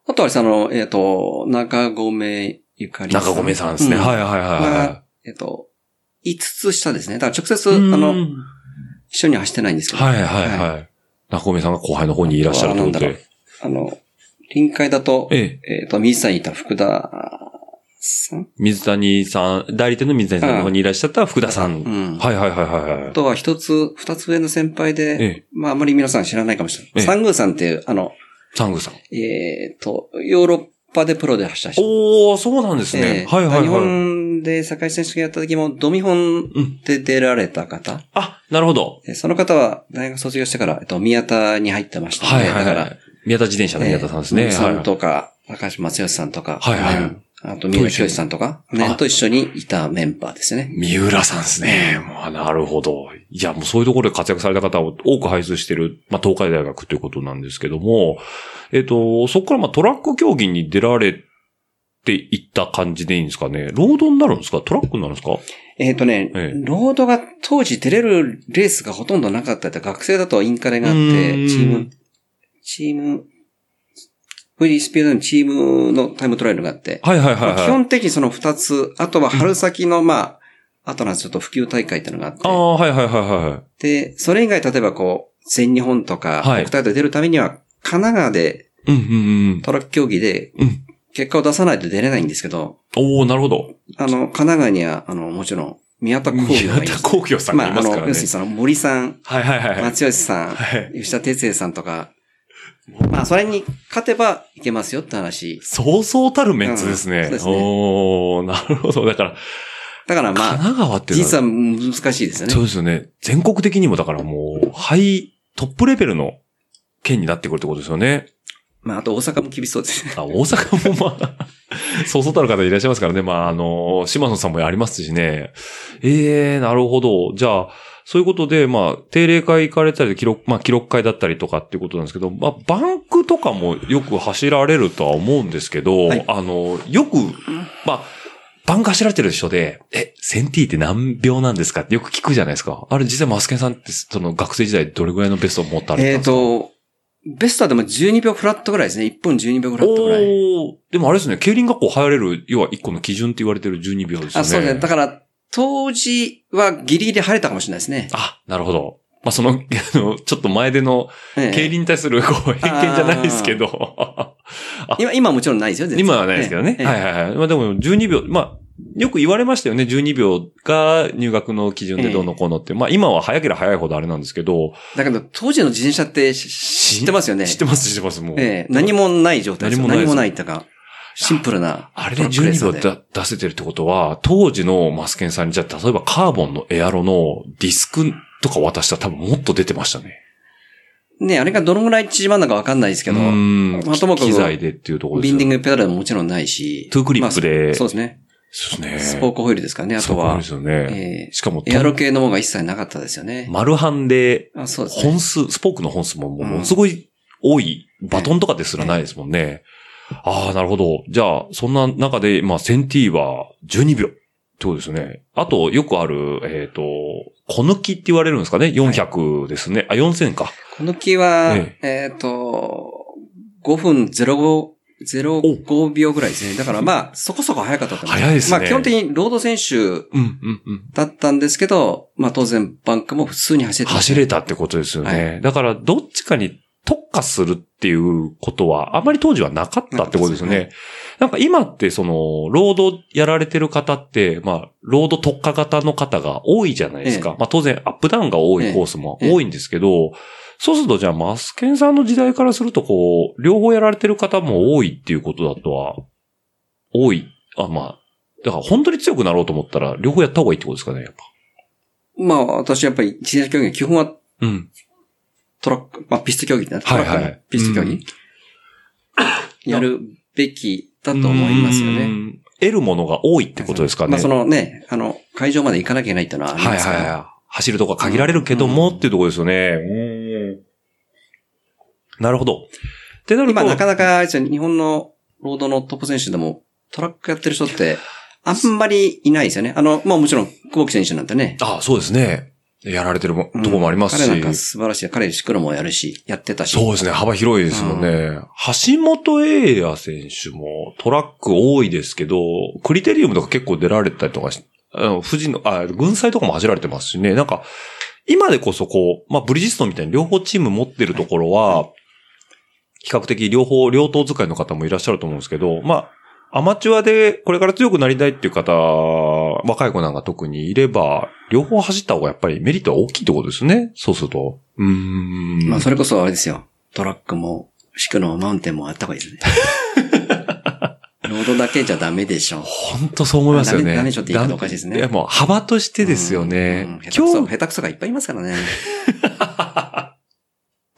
C: あとはその、えっ、と、中込ゆかり
B: 中込さんですね。
C: う
B: はいはいはいは
C: がえっ、と、5つ下ですね。だから直接、
B: い。
C: あ
B: う
C: の、
B: ん
C: 一緒には走ってないんですけど。
B: はいはいはい。中込さんが後輩の方にいらっしゃるということ
C: あとはなん
B: で。
C: あの、臨海だと、えっ、
B: ええ、
C: と、水さんいた福田さん
B: 水谷さん、代理店の水谷さんの方にいらっしゃった福田さん。
C: うん。
B: はいはいはいはいは
C: あ
B: い。
C: とは一つ、二つ上の先輩
B: え
C: で、
B: え、
C: まああまり皆さん知らないかもしれ
B: え
C: な
B: え
C: い。サングーさんっていう、あの、
B: サングさん。
C: えっ、と、ヨーロッパでプロで走った人。
B: おー、そうなんです
C: え
B: ね
C: え。
B: はいはい
C: 日
B: はい。
C: 本で世界選手権やった時も、ドミ本
B: うん。
C: で出られた方。
B: あ、なるほど。
C: えその方は大学卒業してから、えっと、宮田に入ってましたの
B: は
C: で、
B: いはい
C: だ
B: は
C: から
B: い、。宮田自転車の宮田さんですね。
C: 森
B: はい
C: さんとか、高橋松義さんとか、
B: はいはい
C: うんあと、三浦清さんとか、ね、と一緒にいたメンバーですね。
B: 三浦さんですね。まあ、なるほど。いや、もうそういうところで活躍された方を多く輩出してる、まあ、東海大学ということなんですけども、えっ、と、そこからまあトラック競技に出られていった感じでいいんですかね。ロードになるんですかトラックになるんですか
C: えっ、とね、
B: ええ
C: ロードが当時出れるレースがほとんどなかったって、学生だとインカレがあっ
B: うー
C: て、
B: ん
C: チーム、チーム、フリースピードのチームのタイムトライアルがあって、
B: はいはいはい
C: まあ基
B: はい。
C: 本的にその二つ、あとは春先の、まあ、あとなんですちょっと普及大会っていうのがあって
B: あ、あ、はいはいはいはいはい。
C: で、それ以外、例えばこう、全日本とか、
B: はい
C: 国体で出るためには、神奈川で
B: うんうんうん。
C: トラック競技で
B: うん、
C: 結果を出さないと出れないんですけど、
B: おおなるほど。
C: あの、神奈川には、あの、もちろん、宮田工業
B: 宮
C: がいま
B: 田
C: す。
B: 工業さん
C: ま
B: がい
C: あ、あ
B: ます
C: の
B: か、らね
C: 要する。にその森さん、
B: はいはいはいはい。
C: 松吉さん、
B: はい
C: 吉田哲也さんとか、まあ、それに勝てばいけますよって話。
B: そうそうたるメンツです
C: うん
B: ね
C: そう。ですね
B: おおなるほど。だから、
C: だから
B: 神
C: まあ、
B: 奈川っていうのは
C: 実は難しいですよね
B: そう。ですよね。全国的にもだからもう、ハイ、トップレベルの県になってくるってことですよね。
C: まあ、あと大阪も厳しそ うですね。
B: あ、大阪もまあ、 そうそうたる方いらっしゃいますからね。まあ、あの、島野さんもありますしね。ええなるほど。じゃあ、そういうことで、まあ、定例会行かれたり、記録、まあ、記録会だったりとかっていうことなんですけど、まあ、バンクとかもよく走られるとは思うんですけど、
C: はい
B: あの、よく、まあ、バンク走られてる人で、え、センティーって何秒なんですかってよく聞くじゃないですか。あれ、実際マスケンさんって、その学生時代どれぐらいのベストを持ったられ
C: え
B: たん
C: っ
B: ですか
C: と、ベストはでも12秒フラットぐらいですね。1分12秒フラットぐらい。
B: おおでもあれですね、競輪学校入れる、要は1個の基準って言われてる12秒ですよね。
C: あ、そうですね。だから、当時はギリギリ晴れたかもしれないですね。
B: あ、なるほど。まあ、その、あ のちょっと前での、
C: ええ
B: 競輪に対する、こう、偏見じゃないですけど。
C: 今、今はもちろんないですよ、全然
B: 今はないですけどね。
C: ええ
B: はいはいはい。まあ、でも12秒、まあ、よく言われましたよね。12秒が入学の基準でどうのこうのって。まあ、今は早ければ早いほどあれなんですけど。
C: だけど、当時の自転車ってし知ってますよね。
B: 知ってます、知ってます、もう。
C: ええ何もない状態ですよ。
B: 何
C: 何
B: も
C: も
B: な
C: ないいってか、シンプルな。
B: あれで12秒だ出せてるってことは、当時のマスケンさんに、じゃあ例えばカーボンのエアロのディスクとか渡したら多分もっと出てましたね。
C: ね、あれがどのぐらい縮まるのかわかんないですけど、
B: うん
C: まあともかく
B: 機材でっていうところです
C: ビ
B: よ
C: ン
B: ね
C: ディングペダルももちろんないし。
B: トゥークリップで
C: まあそうですね。
B: そうですね。
C: スポークホイールですからね。あとは、
B: そうですよね。
C: え
B: しかも、
C: ーエアロ系のものが一切なかったですよね。
B: マルハンで、
C: あそうですね。
B: 本数、スポークの本数ももう
C: うん
B: ものすごい多い、バトンとかですらないですもんね。ああ、なるほど。じゃあ、そんな中で、まあ、1000t は12秒。ってことですね。あと、よくある、えっ、と、小抜きって言われるんですかね ?400 ですね。あ、4000か。
C: この木は、
B: え
C: えっ、と、5分05、05秒ぐらいですね。だからまあ、そこそこ早かったと思
B: 早いですね
C: まあ基本的にロード選手
B: うん、うん、うん。
C: だったんですけど、まあ当然バンクも普通に走れて
B: 走れたってことですよね。だから、どっちかに特化するっていうことは、あまり当時はなかったってことですよね。な
C: な
B: んか今って、その、ロードやられてる方って、まあ、ロード特化型の方が多いじゃないですか。
C: ええ
B: まあ当然、アップダウンが多いコースも
C: ええ
B: 多いんですけど、そうすると、じゃあ、マスケンさんの時代からすると、こう、両方やられてる方も多いっていうことだとは、多い。あ、まあ、だから本当に強くなろうと思ったら、両方やった方がいいってことですかね、やっぱ。
C: まあ私やっぱり自転車競技、基本は
B: うん。
C: トラック、まあピスト競技ってなって、
B: はいはい
C: トラックのピスト競技、
B: うん
C: やるべきだと思いますよ
B: う
C: ね。
B: ん。得るものが多いってことですかね。
C: まあそのね、あの、会場まで行かなきゃいけないっていうのはあり
B: はい
C: ますか
B: は
C: ら、
B: いはい。走るとこ限られるけどもっていうところですよね。うんなるほど。ってなると、
C: 今なかなか、あいつ日本のロードのトップ選手でもトラックやってる人って、あんまりいないですよね。あの、まあもちろん、久保木選手なんてね。
B: あ、そうですね。やられてるも
C: うん
B: とこもありますし。
C: 彼なんか素晴らしい。彼シクロもやるし、やってたし。
B: そうですね。幅広いですもんね。橋本英也選手もトラック多いですけど、クリテリウムとか結構出られたりとかし、あの、富士の、あ、軍祭とかも走られてますしね。なんか、今でこそこう、まあ、ブリヂストンみたいに両方チーム持ってるところは、比較的両方、両党使いの方もいらっしゃると思うんですけど、まあ、アマチュアでこれから強くなりたいっていう方、若い子なんか特にいれば、両方走った方がやっぱりメリットは大きいってことですね。そうすると。うーん。
C: まあそれこそあれですよ。トラックも、シクロもマウンテンもやった方がいいで すね。ロードだけじゃダメでしょ。
B: 本当そう思いますよね。
C: ダメダメでしょって言い方おかしいですね
B: いや、もう幅としてですよ
C: うんうん
B: ね。
C: 下手くそ、
B: 今
C: 下手くそがいっぱいいますからね。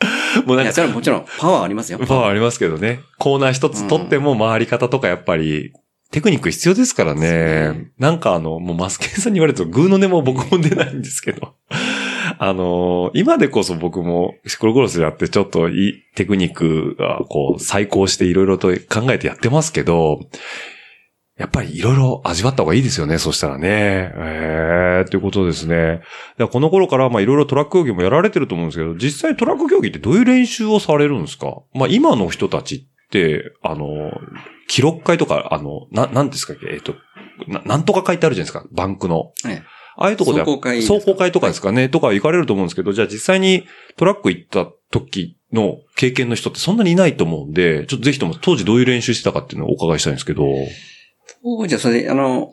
B: 日も
C: い
B: なん
C: や、
B: か、
C: それはもちろんパワーありますよ。
B: パワーありますけどね。コーナー一つ取っても回り方とかやっぱり、テクニック必要ですから
C: そう
B: ね。なんかあの、もうマスケンさんに言われると、グーの音も僕も出ないんですけど。 あのー今でこそ僕もシクロクロスやってちょっといいテクニックがこう再考していろいろと考えてやってますけど、やっぱりいろいろ味わった方がいいですよね、そしたらね。えー、ということですね。でこの頃からまあいろいろトラック競技もやられてると思うんですけど、実際トラック競技ってどういう練習をされるんですかまあ今の人たちって、あの、記録会とか、あの、な、なんですかっけえっ、と、な、なんとか会ってあるじゃないですか、バンクの。
C: ええ
B: ああいうとこでは
C: 走行会ですか
B: 走行会とかですかね、とか行かれると思うんですけど、じゃあ実際にトラック行った時の経験の人ってそんなにいないと思うんで、ちょっとぜひとも当時どういう練習してたかっていうのをお伺いしたいんですけど。
C: おじゃあそれで、あの、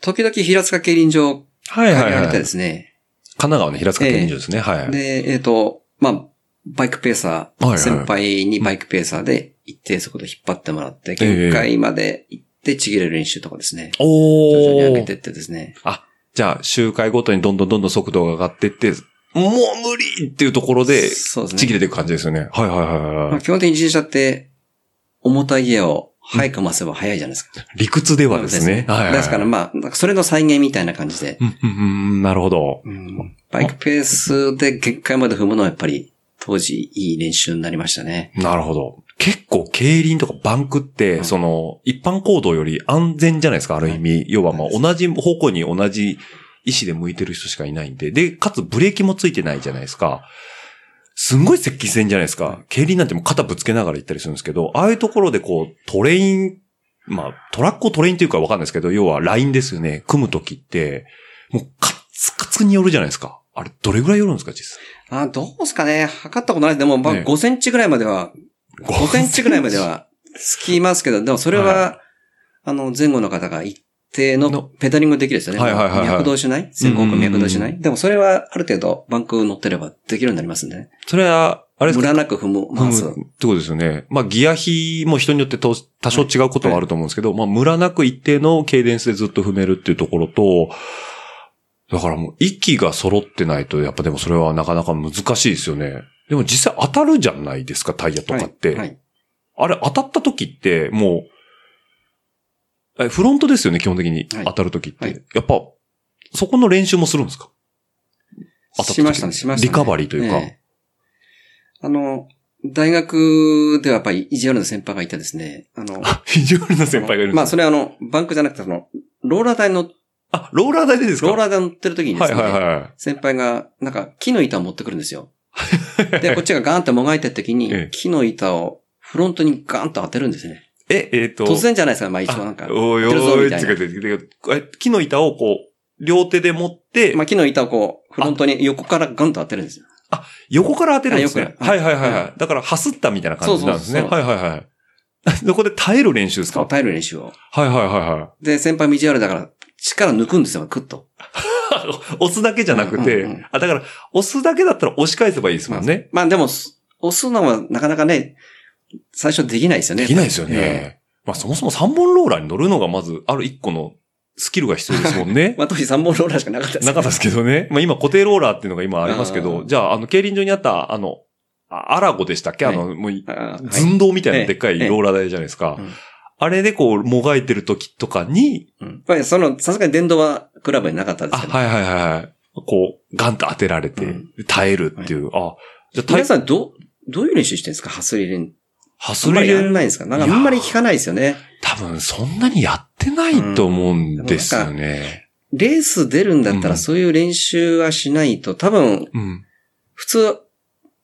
C: 時々平塚競輪場
B: はい
C: 借りられてですね。
B: 神奈川の平塚県人ですね。はい。
C: で、えっ、と、まあ、バイクペーサ
B: はい
C: ー、
B: はい
C: 先輩にバイクペーサーで一定速度引っ張ってもらって、限界まで行ってちぎれる練習とかですね。徐々に上
B: お
C: げ
B: お
C: て。ってですね。
B: じゃあ、周回ごとにどんどんどんどん速度が上がってって、もう無理っていうところで、
C: そうですね。
B: ちぎれていく感じですよね。はいはいはい
C: ま
B: は
C: あ、
B: い。
C: 基本的に自転車って、重たいギアを早く回せば早いじゃないですか。
B: 理屈ではですね。はいはいはい。
C: ですからまあ、なんかそれの再現みたいな感じで、
B: うんうんうん、なるほど。
C: うんバイクペースで限界まで踏むのはやっぱり、当時いい練習になりましたね。
B: なるほど。結構、競輪とかバンクって、
C: うん
B: その、一般行動より安全じゃないですか、ある意味。要は、まあ、同じ方向に同じ意思で向いてる人しかいないんで。で、かつ、ブレーキもついてないじゃないですか。すんごい接近戦じゃないですか。競輪なんてもう肩ぶつけながら行ったりするんですけど、ああいうところでこう、トレイン、まあ、トラックをトレインというかわかんないですけど、要はラインですよね。組むときって、もうカッツカツによるじゃないですか。あれ、どれぐらいよるんですか、実際。
C: あ、どうですかね。測ったことないです。でも、まあ、
B: ね
C: 5センチぐらいまでは、5センチぐらいまでは、つきますけど、でもそれは、
B: は
C: あの、前後の方が一定
B: の
C: のペダリングできるんですよね。
B: はいはいはいはい
C: 脈動しない前後
B: うんうんうん
C: 脈動しないでもそれは、ある程度、バンク乗ってればできるようになりますんでね。
B: それは、あれです
C: ム
B: か
C: ラなく踏む、
B: 踏
C: 回す。
B: むってことですよね。まあ、ギア比も人によってと多少違うことはあると思うんですけど、まあ、ムラなく一定の軽電スでずっと踏めるっていうところと、だからもう息が揃ってないと、やっぱでもそれはなかなか難しいですよね。でも実際当たるじゃないですか、タイヤとかって。
C: はいはい。
B: あれ当たった時って、もう、えフロントですよね、基本的に。
C: はい
B: 当たる時って。
C: はい
B: やっぱ、そこの練習もするんですか当たった時
C: しましたね、しました、ね。
B: リカバリーというか
C: ええあの、大学ではやっぱり意地悪な先輩がいてですね、あの、
B: 非常な 先輩がいるんで
C: まあ、
B: す
C: そ
B: よ
C: れはあの、バンクじゃなくて、その、ローラー台に乗っ
B: あ、ローラー台でですか
C: ローラー台に乗ってる時にですね、
B: はいはいはい。
C: 先輩が、なんか、木の板を持ってくるんで すよ。で、こっちがガーンってもがいてる時に、
B: ええ
C: 木の板をフロントにガーンと当てるんですね。
B: え、えっ、と。
C: 突然じゃないですか、まあ一
B: あ
C: 応なんか。
B: おい
C: 当てるぞ
B: おい
C: みたいな
B: つうかつうかえ木の板をこう、両手で持って、
C: まあ木の板をこう、フロントに横からガンと当てるんですよ。
B: 横から当てるんです
C: あ
B: ね
C: 横。から
B: はいはいはいは。
C: はい
B: だから、はすったみたいな感じなんですね。
C: そうそ
B: は
C: う
B: いはいはい。そこで耐える練習ですか
C: 耐える練習を。
B: はいはいはいはい。
C: で、先輩も意地悪だから、力抜くんですよ、クッと。
B: 押すだけじゃなくて、
C: うんうんうん
B: あ、だから、押すだけだったら押し返せばいいですもんね。
C: まあでも、す押すのはなかなかね、最初できないですよね。
B: できないですよね。
C: え
B: まあ、そもそも3本ローラーに乗るのがまず、ある1個のスキルが必要ですもん ね。
C: まあ当時3本ローラーしか なかったです
B: なかったですけど ね。まあ、今、固定ローラーっていうのが今ありますけ
C: う
B: ど、
C: ん
B: じゃあ、あの、競輪場にあった、あの、あアラゴでしたっけあ
C: はい
B: の、もう、
C: あーはい
B: 寸胴みたい
C: え
B: な
C: え
B: でっかいローラー台じゃないですか
C: ええうん。
B: あれでこう、もがいてる時とかに、
C: うんやっぱりその、さすがに電動はクラブになかったで
B: あ、
C: すけど。
B: はいはいはいはい。こう、ガンと当てられて
C: うん、
B: 耐えるっていう。あ、じゃあ耐え
C: 皆、さん、どう、どういう練習してるんですかハスリ練。
B: ハ
C: あ
B: ス
C: んま
B: リ
C: りやん
B: で
C: ないんですかなんかあんまり聞かないですよね。
B: 多分そんなにやってないと思うんですよね。
C: レース出るんだっ
B: う
C: た
B: ん
C: らそういう練習はしないと、多分、
B: うん。
C: 普通、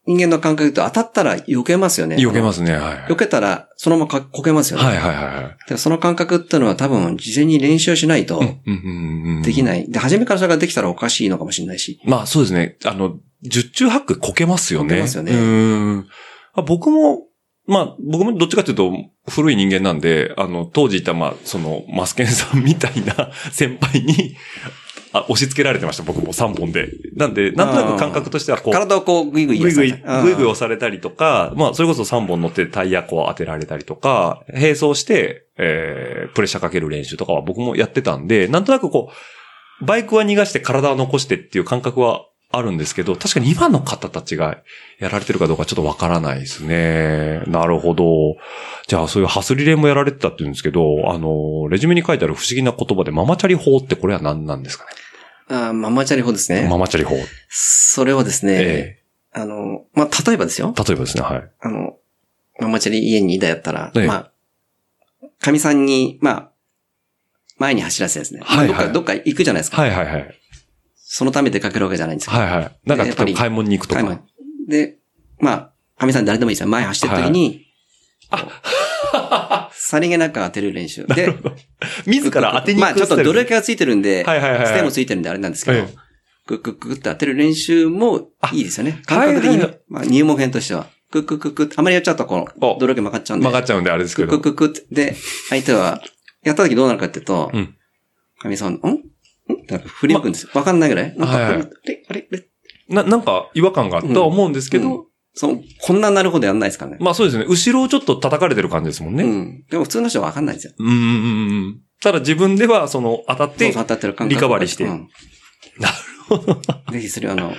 C: 人間の感覚で言うと当たったら避けますよね。。
B: 避けますすね、はい。は
C: 避けたら、そのままかこけますよね。
B: いはいはい。
C: でその感覚ってのは多分、事前に練習しないと
B: うん、うんうんうん。
C: でき
B: い。
C: ない。で、初めからそれができたらおかしいのかもしれないし。
B: まあそうですね。あの、十中八九こけますよね。
C: こけますよね
B: うん。あ僕も、まあ僕もどっちかというと古い人間なんで、あの、当時いたまあそのマスケンさんみたいな 先輩に、あ、押し付けられてました、僕も3本で。なんで、なんとなく感覚としてはこう。
C: 体をこう、ぐいぐい
B: ぐいぐい、
C: やったら
B: ぐいぐい押されたりとか、まあ、それこそ3本乗ってタイヤこう当てられたりとか、並走して、えー、プレッシャーかける練習とかは僕もやってたんで、なんとなくこう、バイクは逃がして体は残してっていう感覚はあるんですけど、確かに今の方たちがやられてるかどうかちょっとわからないですね。なるほど。じゃあ、そういうハスリレーもやられてたって言うんですけど、あの、レジュメに書いてある不思議な言葉でママチャリ法ってこれは何なんですか
C: あーママチャリ法です
B: ね
C: ね
B: マ。マチャリ法。
C: それはですね、
B: え
C: あの、まあ、例えばですよ。
B: え例えばですね、はい。
C: あの、ママチャリ家に2台あったら、
B: ええ
C: まあ、神さんに、まあ、前に走らせてですね。
B: はいはい
C: まあどっか、どっか行くじゃないですか。
B: はいはいはい。
C: そのため出かけるわけじゃないんですよ。
B: はいはい。なんか、例
C: でや
B: え
C: っぱり
B: ば買い物に行くとか。
C: 買い物で、まあ、神さん誰でもいいですよ。前走ってる時に、あさりげなく当てる 練習。で、
B: 自ら当てに行
C: ま
B: く
C: あちょっとどれ
B: ス
C: かがついてるんで、
B: タイルはいはいはい。
C: ステもついてるんであれなんですけど、
B: ええ
C: クックックッって当てる練習もいいですよね。
B: あ
C: 感覚的
B: は
C: に、
B: いはいは
C: まあ、入門編としては。クックックックッってあまりやっちゃうとこの、
B: お
C: どれだけ曲がっちゃうんで。
B: 曲がっちゃうんであれです
C: ク
B: け
C: ック
B: ど。
C: ックックって。で、相手は、やった時どうなるかっていうと
B: うん、
C: 神さん、んんってなんか振り向くんですよ。わかんないぐらいなん
B: はい
C: か、あ
B: はい
C: れ、あれ、あれ
B: な、なんか違和感があったとは思うんですけど、
C: そう、こんななるほどやんないですからね。
B: まあそうですね。後ろをちょっと叩かれてる感じですもん
C: う
B: ね。
C: ん。でも普通の人はわかんないですよ。
B: うん。うんうんうん。ただ自分では、その、当たっ
C: そう
B: て
C: そう、当たってる感覚
B: リカバリーして
C: うん
B: なる
C: ぜひそれはあの、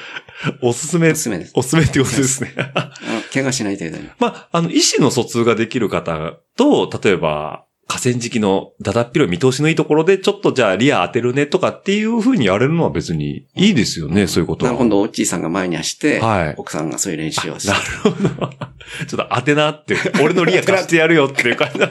B: おすすめ
C: おす、すめです。
B: おすすめってことですね。
C: あ怪我しない程度に。
B: まあ、あの、意思の疎通ができる方と、例えば、河川敷のだだっ広い見通しのいいところで、ちょっとじゃあリア当てるねとかっていう風にやれるのは別にいいですよね、そういうこと
C: な
B: は。
C: るほど、おっちいさんが前に走って、
B: はい。
C: 奥さんがそういう練習をし
B: な
C: て。
B: るほど。ちょっと当てなって、俺のリア貸してやるよっていう感じ。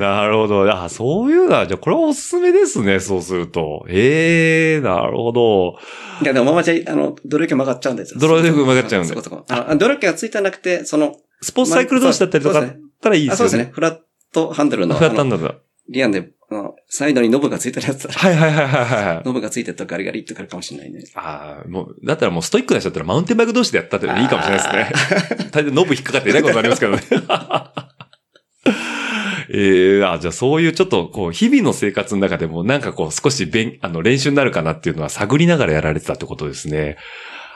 B: なるほど。あ、そういうのは、じゃあこれはおすすめですね、そうすると。ええなるほど。
C: いや、でもママチャリ、あの、ドロッケ曲がっちゃうんですよ。
B: ドロッケ曲がっちゃうんで
C: そこそこ。あの、ドロッケがついてなくて、その、
B: スポーツサイクル同士だったりとかだったらいいで
C: あ
B: す
C: そう
B: よ
C: で
B: ね。
C: すね。フラットハンドルの、
B: フラット
C: あの
B: なんだ。
C: リアンで、あの、サイドにノブがついてるやつだったら、
B: はいはいはいはいはい。
C: ノブがついてるとガリガリっとくるかもしれないね。
B: ああ、もう、だったらもうストイックな人だったらマウンテンバイク同士でやったっていいかもしれないですね。 大抵ノブ引っかかってえらいことになりますけどね。 ええあじゃあそういうちょっと、こう、日々の生活の中でもなんかこう、少し勉、あの、練習になるかなっていうのは探りながらやられてたってことですね。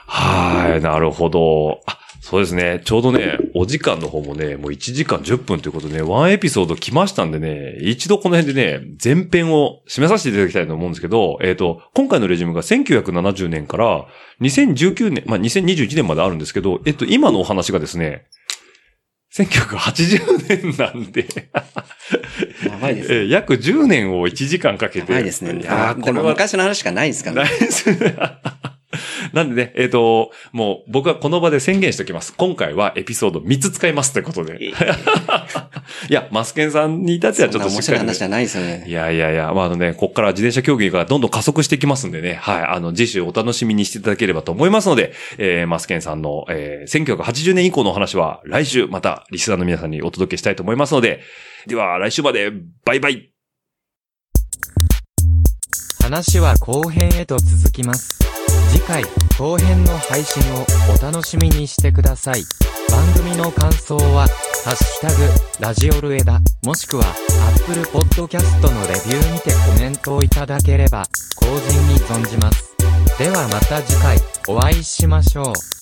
B: はーい、なるほど。あ、そうですね。ちょうどね、お時間の方もね、もう1時間10分ということでね、ワンエピソード来ましたんでね、一度この辺でね、前編を締めさせていただきたいと思うんですけど、えっ、と、今回のレジュムが1970年から2019年、まあ、2021年まであるんですけど、えっ、と、今のお話がですね、1980年なんで、
C: 長いです
B: え
C: ね。
B: ー約10年を1時間かけて。
C: 長いですね。
B: あ
C: あ
B: あ、
C: ーで
B: これ
C: も
B: は
C: 昔の話しかない ですから
B: ない
C: ね。
B: ですね。なんでね、えっ、と、もう僕はこの場で宣言しておきます。今回はエピソード3つ使いますということで。 いや、マスケンさんに至って
C: そ
B: は
C: ん
B: ちょっ
C: な
B: と
C: 面
B: しっ
C: 白い
B: かりね
C: 話じゃないですよ
B: い
C: ね。
B: やいやいや、まああのね、こっから自転車競技がどんどん加速していきますんでね、はい、あの、次週お楽しみにしていただければと思いますので、えー、マスケンさんの、えー、1980年以降のお話は来週またリスナーの皆さんにお届けしたいと思いますので、では来週まで、バイバイ
D: 話は後編へと続きます次回後編の配信をお楽しみにしてください番組の感想は「ハッシュタグラジオルエダ」もしくは Apple Podcast のレビューにてコメントをいただければ後陣に存じますではまた次回お会いしましょう